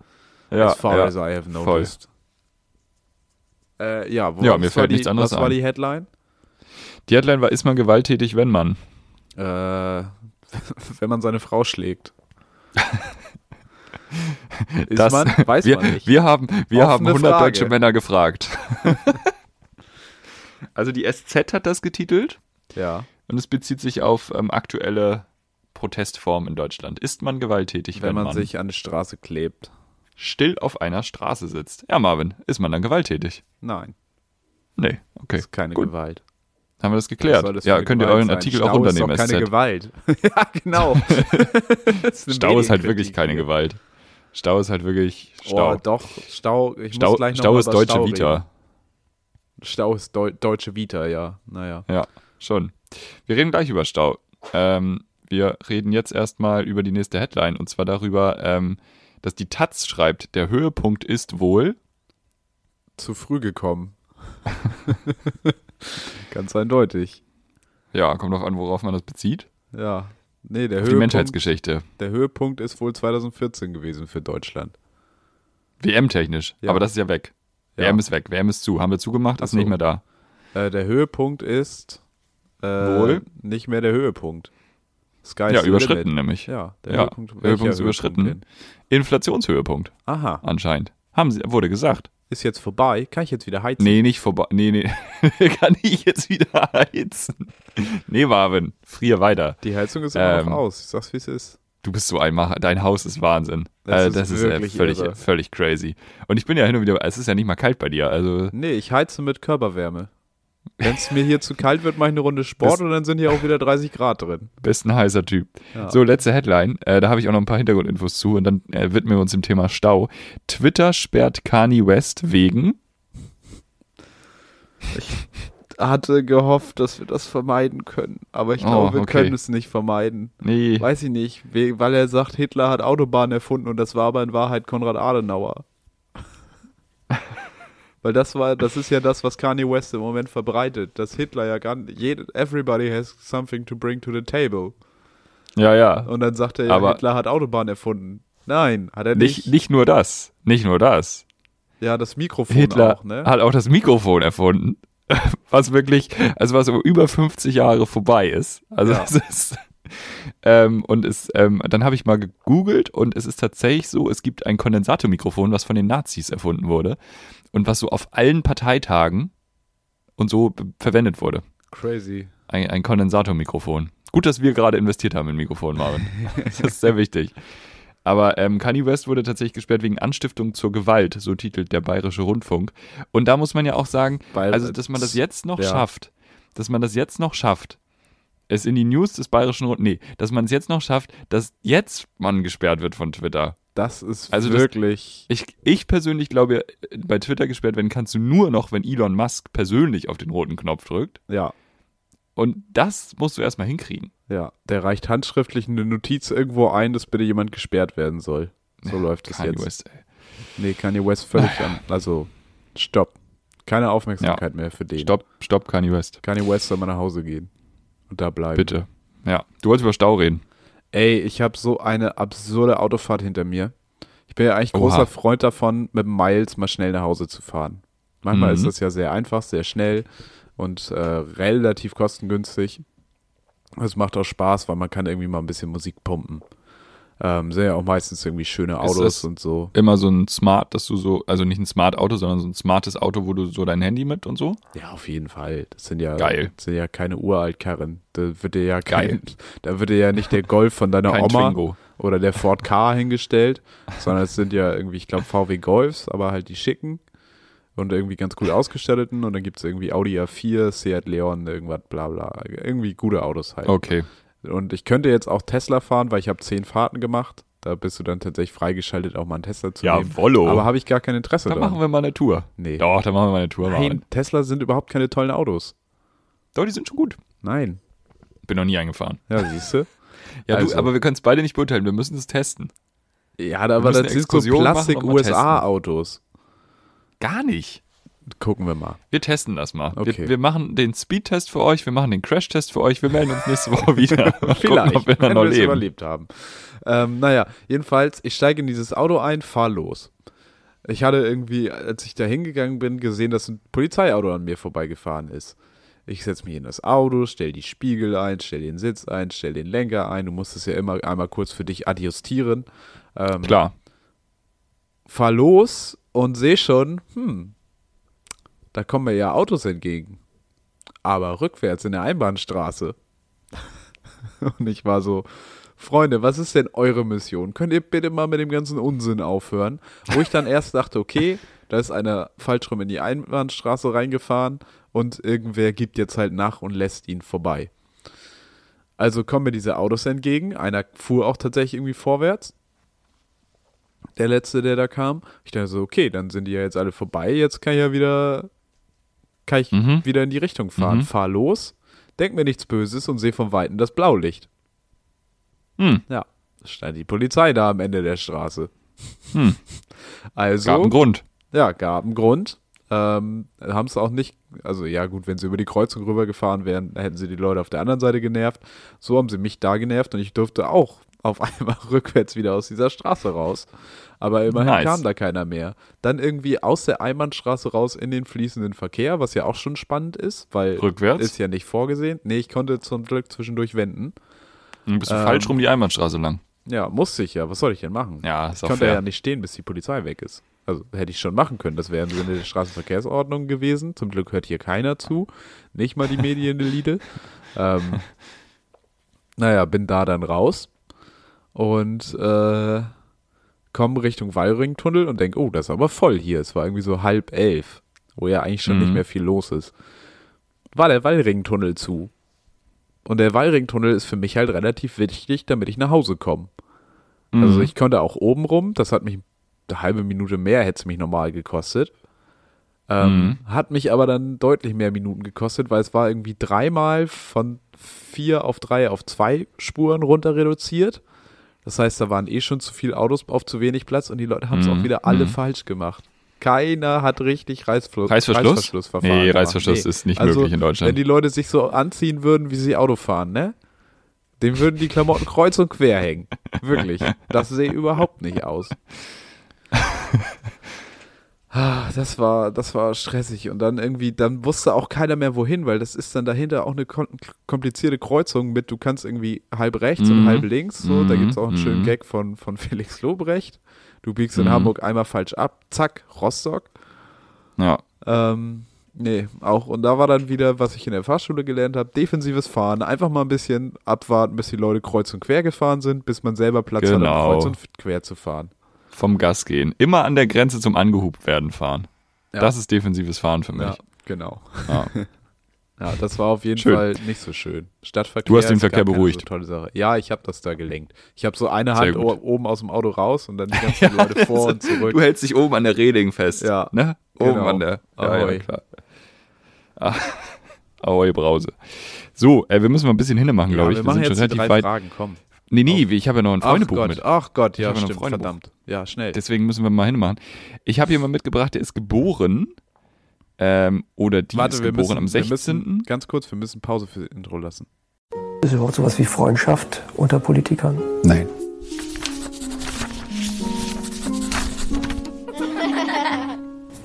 Speaker 2: Ja,
Speaker 1: as far
Speaker 2: ja.
Speaker 1: as I have
Speaker 2: voll.
Speaker 1: noticed. Äh, ja, wo,
Speaker 2: Ja,
Speaker 1: was
Speaker 2: mir
Speaker 1: war
Speaker 2: fällt
Speaker 1: die,
Speaker 2: nichts anderes
Speaker 1: Was war
Speaker 2: ein.
Speaker 1: die Headline?
Speaker 2: Die Headline war, ist man gewalttätig, wenn man?
Speaker 1: Äh, wenn man seine Frau schlägt. Ist
Speaker 2: Das-
Speaker 1: man? Weiß
Speaker 2: wir,
Speaker 1: man nicht.
Speaker 2: Wir haben, wir
Speaker 1: Offene
Speaker 2: haben 100
Speaker 1: Frage.
Speaker 2: deutsche Männer gefragt. also die SZ hat das getitelt
Speaker 1: ja.
Speaker 2: und es bezieht sich auf ähm, aktuelle Protestformen in Deutschland. Ist man gewalttätig, wenn,
Speaker 1: Wenn man sich an die Straße klebt.
Speaker 2: still auf einer Straße sitzt? Ja, Marvin, ist man dann gewalttätig?
Speaker 1: Nein,
Speaker 2: Nee, okay.
Speaker 1: ist keine
Speaker 2: Gut,
Speaker 1: Gewalt.
Speaker 2: haben wir das
Speaker 1: Was
Speaker 2: geklärt.
Speaker 1: soll das für
Speaker 2: Ja,
Speaker 1: eine
Speaker 2: könnt ihr
Speaker 1: Gewalt
Speaker 2: euren
Speaker 1: sein?
Speaker 2: Artikel
Speaker 1: Stau
Speaker 2: auch runternehmen,
Speaker 1: Ist doch keine
Speaker 2: SZ.
Speaker 1: Gewalt. ja, genau. Das eine
Speaker 2: Stau ist
Speaker 1: Medienkritik
Speaker 2: halt wirklich keine
Speaker 1: hier.
Speaker 2: Gewalt. Stau ist halt wirklich
Speaker 1: Oh,
Speaker 2: Stau.
Speaker 1: doch, Stau. Ich
Speaker 2: Stau,
Speaker 1: muss gleich noch
Speaker 2: Stau
Speaker 1: mal
Speaker 2: ist
Speaker 1: über
Speaker 2: deutsche
Speaker 1: Stau
Speaker 2: Vita.
Speaker 1: Reden. Stau ist Deu deutsche Vita, ja. Naja.
Speaker 2: Ja, schon. Wir reden gleich über Stau. Ähm, wir reden jetzt erstmal über die nächste Headline und zwar darüber, ähm, dass die Taz schreibt, der Höhepunkt ist wohl.
Speaker 1: Zu früh gekommen. Ganz eindeutig.
Speaker 2: Ja, kommt drauf an, worauf man das bezieht.
Speaker 1: Ja. Nee, der
Speaker 2: Auf die
Speaker 1: Höhepunkt,
Speaker 2: Menschheitsgeschichte.
Speaker 1: der Höhepunkt ist wohl 2014 gewesen für Deutschland.
Speaker 2: WM-technisch.
Speaker 1: Ja.
Speaker 2: Aber das ist ja weg. WM ist weg, WM ist zu. Haben wir zugemacht, ist
Speaker 1: so.
Speaker 2: nicht mehr da.
Speaker 1: Äh, der Höhepunkt ist äh,
Speaker 2: Wohl?
Speaker 1: nicht mehr der Höhepunkt. Sky
Speaker 2: Ja, überschritten nämlich.
Speaker 1: Ja, der
Speaker 2: Ja,
Speaker 1: Höhepunkt, welcher
Speaker 2: Höhepunkt ist überschritten.
Speaker 1: denn?
Speaker 2: Inflationshöhepunkt
Speaker 1: Aha,
Speaker 2: anscheinend. Haben sie, wurde gesagt.
Speaker 1: ist jetzt vorbei. Kann ich jetzt wieder heizen?
Speaker 2: Nee, nicht vorbei. Nee, nee. Kann ich jetzt wieder heizen? Nee, Marvin, frier weiter.
Speaker 1: Die Heizung ist immer
Speaker 2: Ähm,
Speaker 1: noch aus. Ich sag's, wie es ist.
Speaker 2: Du bist so ein Macher. Dein Haus ist Wahnsinn.
Speaker 1: Das
Speaker 2: Das
Speaker 1: ist
Speaker 2: äh, ist, das ist äh,
Speaker 1: wirklich
Speaker 2: völlig,
Speaker 1: irre.
Speaker 2: völlig crazy. Und ich bin ja hin und wieder, es ist ja nicht mal kalt bei dir. Also,
Speaker 1: Nee, ich heize mit Körperwärme. Wenn es mir hier zu kalt wird, mache ich eine Runde Sport
Speaker 2: Das-
Speaker 1: und dann sind hier auch wieder 30 Grad drin.
Speaker 2: bist ein heißer Typ.
Speaker 1: Ja.
Speaker 2: So, letzte Headline. Äh, da habe ich auch noch ein paar Hintergrundinfos zu und dann äh, widmen wir uns dem Thema Stau. Twitter sperrt Kanye West wegen.
Speaker 1: hatte gehofft, dass wir das vermeiden können, aber ich
Speaker 2: Oh,
Speaker 1: glaube, wir
Speaker 2: okay.
Speaker 1: können es nicht vermeiden.
Speaker 2: Nee.
Speaker 1: Weiß ich nicht, we- weil er sagt, Hitler hat Autobahnen erfunden und das war aber in Wahrheit Konrad Adenauer. weil das war, das ist ja das, was Kanye West im Moment verbreitet, dass Hitler ja gar nicht, jede, everybody has something to bring to the table.
Speaker 2: Ja, ja.
Speaker 1: Und dann sagt er ja,
Speaker 2: Aber-
Speaker 1: Hitler hat Autobahnen erfunden. Nein, hat er nicht.
Speaker 2: Nicht, nicht nur das. Nicht nur das.
Speaker 1: Ja, das Mikrofon
Speaker 2: Hitler
Speaker 1: auch, ne?
Speaker 2: hat auch das Mikrofon erfunden. Was wirklich, also was um über 50 Jahre vorbei ist. Also
Speaker 1: Ja.
Speaker 2: es ist. Ähm, und es, ähm, dann habe ich mal gegoogelt und es ist tatsächlich so, es gibt ein Kondensatormikrofon, was von den Nazis erfunden wurde und was so auf allen Parteitagen und so b- verwendet wurde.
Speaker 1: Crazy.
Speaker 2: Ein, ein Kondensatormikrofon. Gut, dass wir gerade investiert haben in Mikrofon, Marvin. Das ist sehr wichtig. Aber ähm, Kanye West wurde tatsächlich gesperrt wegen Anstiftung zur Gewalt, so titelt der Bayerische Rundfunk. Und da muss man ja auch sagen,
Speaker 1: Weil-
Speaker 2: also dass man das jetzt noch
Speaker 1: ja.
Speaker 2: schafft, dass man das jetzt noch schafft, es in die News des Bayerischen Rundfunks, nee, dass man es jetzt noch schafft, dass jetzt man gesperrt wird von Twitter.
Speaker 1: Das ist
Speaker 2: Also das-
Speaker 1: wirklich.
Speaker 2: Ich, ich persönlich glaube, bei Twitter gesperrt werden kannst du nur noch, wenn Elon Musk persönlich auf den roten Knopf drückt.
Speaker 1: ja,
Speaker 2: Und das musst du erstmal hinkriegen.
Speaker 1: ja. Der reicht handschriftlich eine Notiz irgendwo ein, dass bitte jemand gesperrt werden soll. So läuft es
Speaker 2: Kanye
Speaker 1: jetzt.
Speaker 2: West, ey.
Speaker 1: Nee, Kanye West
Speaker 2: Ah.
Speaker 1: völlig an. Also, stopp. Keine Aufmerksamkeit mehr für den.
Speaker 2: Stopp, stopp, Kanye West.
Speaker 1: Kanye West soll mal nach Hause gehen. Und da bleiben.
Speaker 2: Bitte. Ja, du wolltest über Stau reden.
Speaker 1: Ey, ich habe so eine absurde Autofahrt hinter mir. Ich bin ja eigentlich
Speaker 2: Oha.
Speaker 1: großer Freund davon, mit dem Miles mal schnell nach Hause zu fahren. Manchmal
Speaker 2: Mhm.
Speaker 1: ist das ja sehr einfach, sehr schnell und äh, relativ kostengünstig. Es macht auch Spaß, weil man kann irgendwie mal ein bisschen Musik pumpen. Ähm, sind ja auch meistens irgendwie schöne
Speaker 2: Ist
Speaker 1: Autos
Speaker 2: das-
Speaker 1: und so.
Speaker 2: Immer so ein Smart, dass du so, also nicht ein Smart-Auto, sondern so ein smartes Auto, wo du so dein Handy mit und so.
Speaker 1: Ja, auf jeden Fall. Das sind ja,
Speaker 2: Geil.
Speaker 1: Das sind ja keine Uraltkarren. Da wird dir ja
Speaker 2: Geil.
Speaker 1: kein, da wird dir ja nicht der Golf von deiner
Speaker 2: Kein
Speaker 1: Oma
Speaker 2: Twingo.
Speaker 1: oder der Ford K hingestellt, sondern es sind ja irgendwie, ich glaube, VW Golfs, aber halt die schicken und irgendwie ganz cool ausgestatteten und dann gibt es irgendwie Audi A4, Seat Leon, irgendwas, bla bla. Irgendwie gute Autos halt.
Speaker 2: Okay.
Speaker 1: Und ich könnte jetzt auch Tesla fahren, weil ich habe zehn Fahrten gemacht. Da bist du dann tatsächlich freigeschaltet, auch mal einen Tesla zu nehmen.
Speaker 2: Jawollo.
Speaker 1: Aber habe ich gar kein Interesse
Speaker 2: Da
Speaker 1: daran.
Speaker 2: machen wir mal eine Tour.
Speaker 1: Nee.
Speaker 2: Doch, da machen wir mal eine Tour. Marvin.
Speaker 1: Nein, Tesla sind überhaupt keine tollen Autos.
Speaker 2: Doch, die sind schon gut.
Speaker 1: Nein.
Speaker 2: Bin noch nie eingefahren.
Speaker 1: Ja, siehst du?
Speaker 2: Ja,
Speaker 1: Also.
Speaker 2: du, aber wir können es beide nicht beurteilen. Wir müssen es testen.
Speaker 1: Ja, aber
Speaker 2: müssen
Speaker 1: das sind so
Speaker 2: Exkursion machen und mal
Speaker 1: Plastik-USA-Autos.
Speaker 2: Gar nicht.
Speaker 1: Gucken wir mal.
Speaker 2: Wir testen das mal.
Speaker 1: Okay.
Speaker 2: Wir, wir machen den Speedtest für euch, wir machen den Crashtest für euch. Wir melden uns nächste Woche wieder. Mal
Speaker 1: Vielleicht,
Speaker 2: Gucken, ob wir dann
Speaker 1: wenn
Speaker 2: noch
Speaker 1: wir es
Speaker 2: leben.
Speaker 1: überlebt haben. Ähm, naja, jedenfalls, ich steige in dieses Auto ein, fahr los. Ich hatte irgendwie, als ich da hingegangen bin, gesehen, dass ein Polizeiauto an mir vorbeigefahren ist. Ich setze mich in das Auto, stell die Spiegel ein, stell den Sitz ein, stell den Lenker ein. Du musst es ja immer einmal kurz für dich adjustieren. Ähm,
Speaker 2: Klar.
Speaker 1: fahr los und sehe schon, hm, da kommen mir ja Autos entgegen. Aber rückwärts in der Einbahnstraße. Und ich war so, Freunde, was ist denn eure Mission? Könnt ihr bitte mal mit dem ganzen Unsinn aufhören? Wo ich dann erst dachte, okay, da ist einer falsch rum in die Einbahnstraße reingefahren und irgendwer gibt jetzt halt nach und lässt ihn vorbei. Also kommen mir diese Autos entgegen. Einer fuhr auch tatsächlich irgendwie vorwärts der letzte, der da kam. Ich dachte so, okay, dann sind die ja jetzt alle vorbei, jetzt kann ich ja wieder, kann ich
Speaker 2: Mhm.
Speaker 1: wieder in die Richtung fahren. Fahr los, denk mir nichts Böses und sehe von Weitem das Blaulicht.
Speaker 2: Hm.
Speaker 1: Ja, stand die Polizei da am Ende der Straße.
Speaker 2: Hm.
Speaker 1: Also,
Speaker 2: Gab einen Grund.
Speaker 1: ja, gab einen Grund. Ähm, haben es auch nicht, also ja gut, wenn sie über die Kreuzung rübergefahren wären, hätten sie die Leute auf der anderen Seite genervt. So haben sie mich da genervt und ich durfte auch auf einmal rückwärts wieder aus dieser Straße raus. Aber immerhin
Speaker 2: Nice.
Speaker 1: kam da keiner mehr. Dann irgendwie aus der Einbahnstraße raus in den fließenden Verkehr, was ja auch schon spannend ist, weil
Speaker 2: Rückwärts?
Speaker 1: ist ja nicht vorgesehen. Nee, ich konnte zum Glück zwischendurch wenden.
Speaker 2: Dann bist du
Speaker 1: Ähm.
Speaker 2: falsch rum die Einbahnstraße lang.
Speaker 1: Ja, musste ich ja. Was soll ich denn machen?
Speaker 2: Ja, ist
Speaker 1: ich
Speaker 2: auch
Speaker 1: konnte
Speaker 2: fair.
Speaker 1: ja nicht stehen, bis die Polizei weg ist. Also hätte ich schon machen können. Das wäre im Sinne der Straßenverkehrsordnung gewesen. Zum Glück hört hier keiner zu. Nicht mal die Medienelite. ähm, naja, bin da dann raus und äh, komme Richtung Wallringtunnel und denke, oh, das ist aber voll hier. Es war irgendwie so halb elf, wo ja eigentlich schon
Speaker 2: Mhm.
Speaker 1: nicht mehr viel los ist. War der Wallringtunnel zu. Und der Wallringtunnel ist für mich halt relativ wichtig, damit ich nach Hause komme. Also
Speaker 2: Mhm.
Speaker 1: ich konnte auch oben rum, das hat mich eine halbe Minute mehr hätte es mich normal gekostet.
Speaker 2: Mhm.
Speaker 1: Ähm, Hat mich aber dann deutlich mehr Minuten gekostet, weil es war irgendwie dreimal von vier auf drei auf zwei Spuren runter reduziert. Das heißt, da waren eh schon zu viele Autos auf zu wenig Platz und die Leute haben es
Speaker 2: Mhm.
Speaker 1: auch wieder alle
Speaker 2: Mhm.
Speaker 1: falsch gemacht. Keiner hat richtig Reißfluss,
Speaker 2: Reißverschluss?
Speaker 1: Reißverschlussverfahren.
Speaker 2: Nee,
Speaker 1: gemacht.
Speaker 2: Reißverschluss ist nicht möglich in Deutschland.
Speaker 1: Wenn die Leute sich so anziehen würden, wie sie Auto fahren, ne? Dem würden die Klamotten kreuz und quer hängen. Wirklich. Das sehe überhaupt nicht aus. Ah, Das war, das war stressig. Und dann irgendwie, dann wusste auch keiner mehr wohin, weil das ist dann dahinter auch eine kon- komplizierte Kreuzung mit, du kannst irgendwie halb rechts und
Speaker 2: Mhm.
Speaker 1: halb links. So, da
Speaker 2: Mhm.
Speaker 1: gibt es auch einen schönen
Speaker 2: Mhm.
Speaker 1: Gag von, von Felix Lobrecht. Du biegst in
Speaker 2: Mhm.
Speaker 1: Hamburg einmal falsch ab, zack, Rostock.
Speaker 2: Ja.
Speaker 1: Ähm, nee, auch. Und da war dann wieder, was ich in der Fahrschule gelernt habe, defensives Fahren. Einfach mal ein bisschen abwarten, bis die Leute kreuz und quer gefahren sind, bis man selber Platz hat,
Speaker 2: Genau.
Speaker 1: um kreuz und quer zu fahren.
Speaker 2: Vom Gas gehen. Immer an der Grenze zum angehupt werden fahren.
Speaker 1: Ja.
Speaker 2: Das ist defensives Fahren für mich.
Speaker 1: Ja, genau.
Speaker 2: Ja.
Speaker 1: Ja, das war auf jeden
Speaker 2: Schön.
Speaker 1: Fall nicht so schön. Stadtverkehr.
Speaker 2: Du hast den
Speaker 1: ist gar
Speaker 2: Verkehr
Speaker 1: keine
Speaker 2: beruhigt.
Speaker 1: So tolle Sache. Ja, ich habe das da gelenkt. Ich habe so eine
Speaker 2: Sehr
Speaker 1: Hand
Speaker 2: gut.
Speaker 1: o- oben aus dem Auto raus und dann die ganzen Leute vor und zurück.
Speaker 2: Du hältst dich oben an der Reding fest.
Speaker 1: Ja,
Speaker 2: Ne? Oben
Speaker 1: genau.
Speaker 2: an der. Ja,
Speaker 1: Ahoi.
Speaker 2: ja, klar. Ah, Ahoi, Brause. So, äh, wir müssen mal ein bisschen hinmachen,
Speaker 1: ja,
Speaker 2: glaube ich.
Speaker 1: wir machen jetzt
Speaker 2: sind schon
Speaker 1: die drei
Speaker 2: relativ weit.
Speaker 1: Fragen, komm.
Speaker 2: Nee, nee, ich habe ja noch ein
Speaker 1: Ach
Speaker 2: Freundebuch
Speaker 1: Gott,
Speaker 2: mit.
Speaker 1: ach Gott,
Speaker 2: hab
Speaker 1: ja,
Speaker 2: noch ein
Speaker 1: stimmt,
Speaker 2: Freundebuch.
Speaker 1: verdammt. Ja, schnell.
Speaker 2: Deswegen müssen wir mal hinmachen. Ich habe jemanden mitgebracht, der ist geboren. Ähm, oder die ist geboren am
Speaker 1: wir
Speaker 2: 16.
Speaker 1: müssen, ganz kurz, wir müssen Pause für Intro lassen.
Speaker 3: Ist überhaupt sowas wie Freundschaft unter Politikern?
Speaker 4: Nein.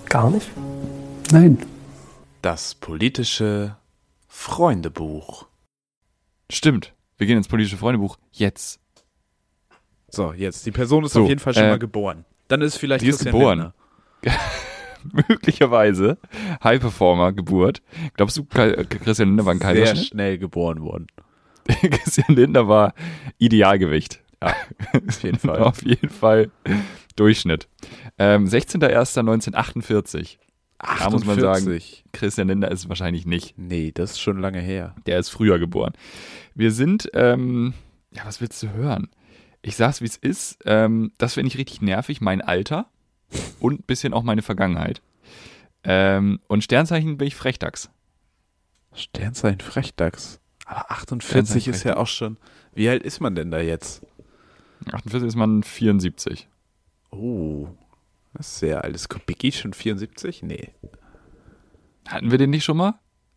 Speaker 3: Gar nicht?
Speaker 4: Nein.
Speaker 1: Das politische Freundebuch.
Speaker 2: Stimmt. Wir gehen ins politische Freundebuch. Jetzt.
Speaker 1: So, jetzt, die Person ist
Speaker 2: So,
Speaker 1: auf jeden Fall schon
Speaker 2: äh,
Speaker 1: mal geboren. Dann ist vielleicht
Speaker 2: die ist
Speaker 1: Christian
Speaker 2: geboren.
Speaker 1: Lindner.
Speaker 2: Möglicherweise High Performer Geburt. Glaubst du, Kai- Christian Lindner war ein
Speaker 1: Sehr
Speaker 2: Kaiserschnitt?
Speaker 1: schnell geboren worden.
Speaker 2: Christian Lindner war Idealgewicht. Ja, auf
Speaker 1: jeden Fall.
Speaker 2: auf jeden Fall Durchschnitt. Ähm, 16.01.1948. Da muss man sagen,
Speaker 1: 48.
Speaker 2: Christian Lindner ist wahrscheinlich nicht.
Speaker 1: Nee, das ist schon lange her.
Speaker 2: Der ist früher geboren. Wir sind, ähm, ja, was willst du hören? Ich sag's, wie es ist. Ähm, das finde ich richtig nervig, mein Alter und ein bisschen auch meine Vergangenheit. Ähm, und Sternzeichen bin ich Frechdachs.
Speaker 1: Sternzeichen Frechdachs. Aber 48 ist ja auch schon. Wie alt ist man denn da jetzt?
Speaker 2: 48 ist man 74.
Speaker 1: Oh, das ist sehr alt. Ist Kubicki schon 74? Nee.
Speaker 2: Hatten wir den nicht schon mal?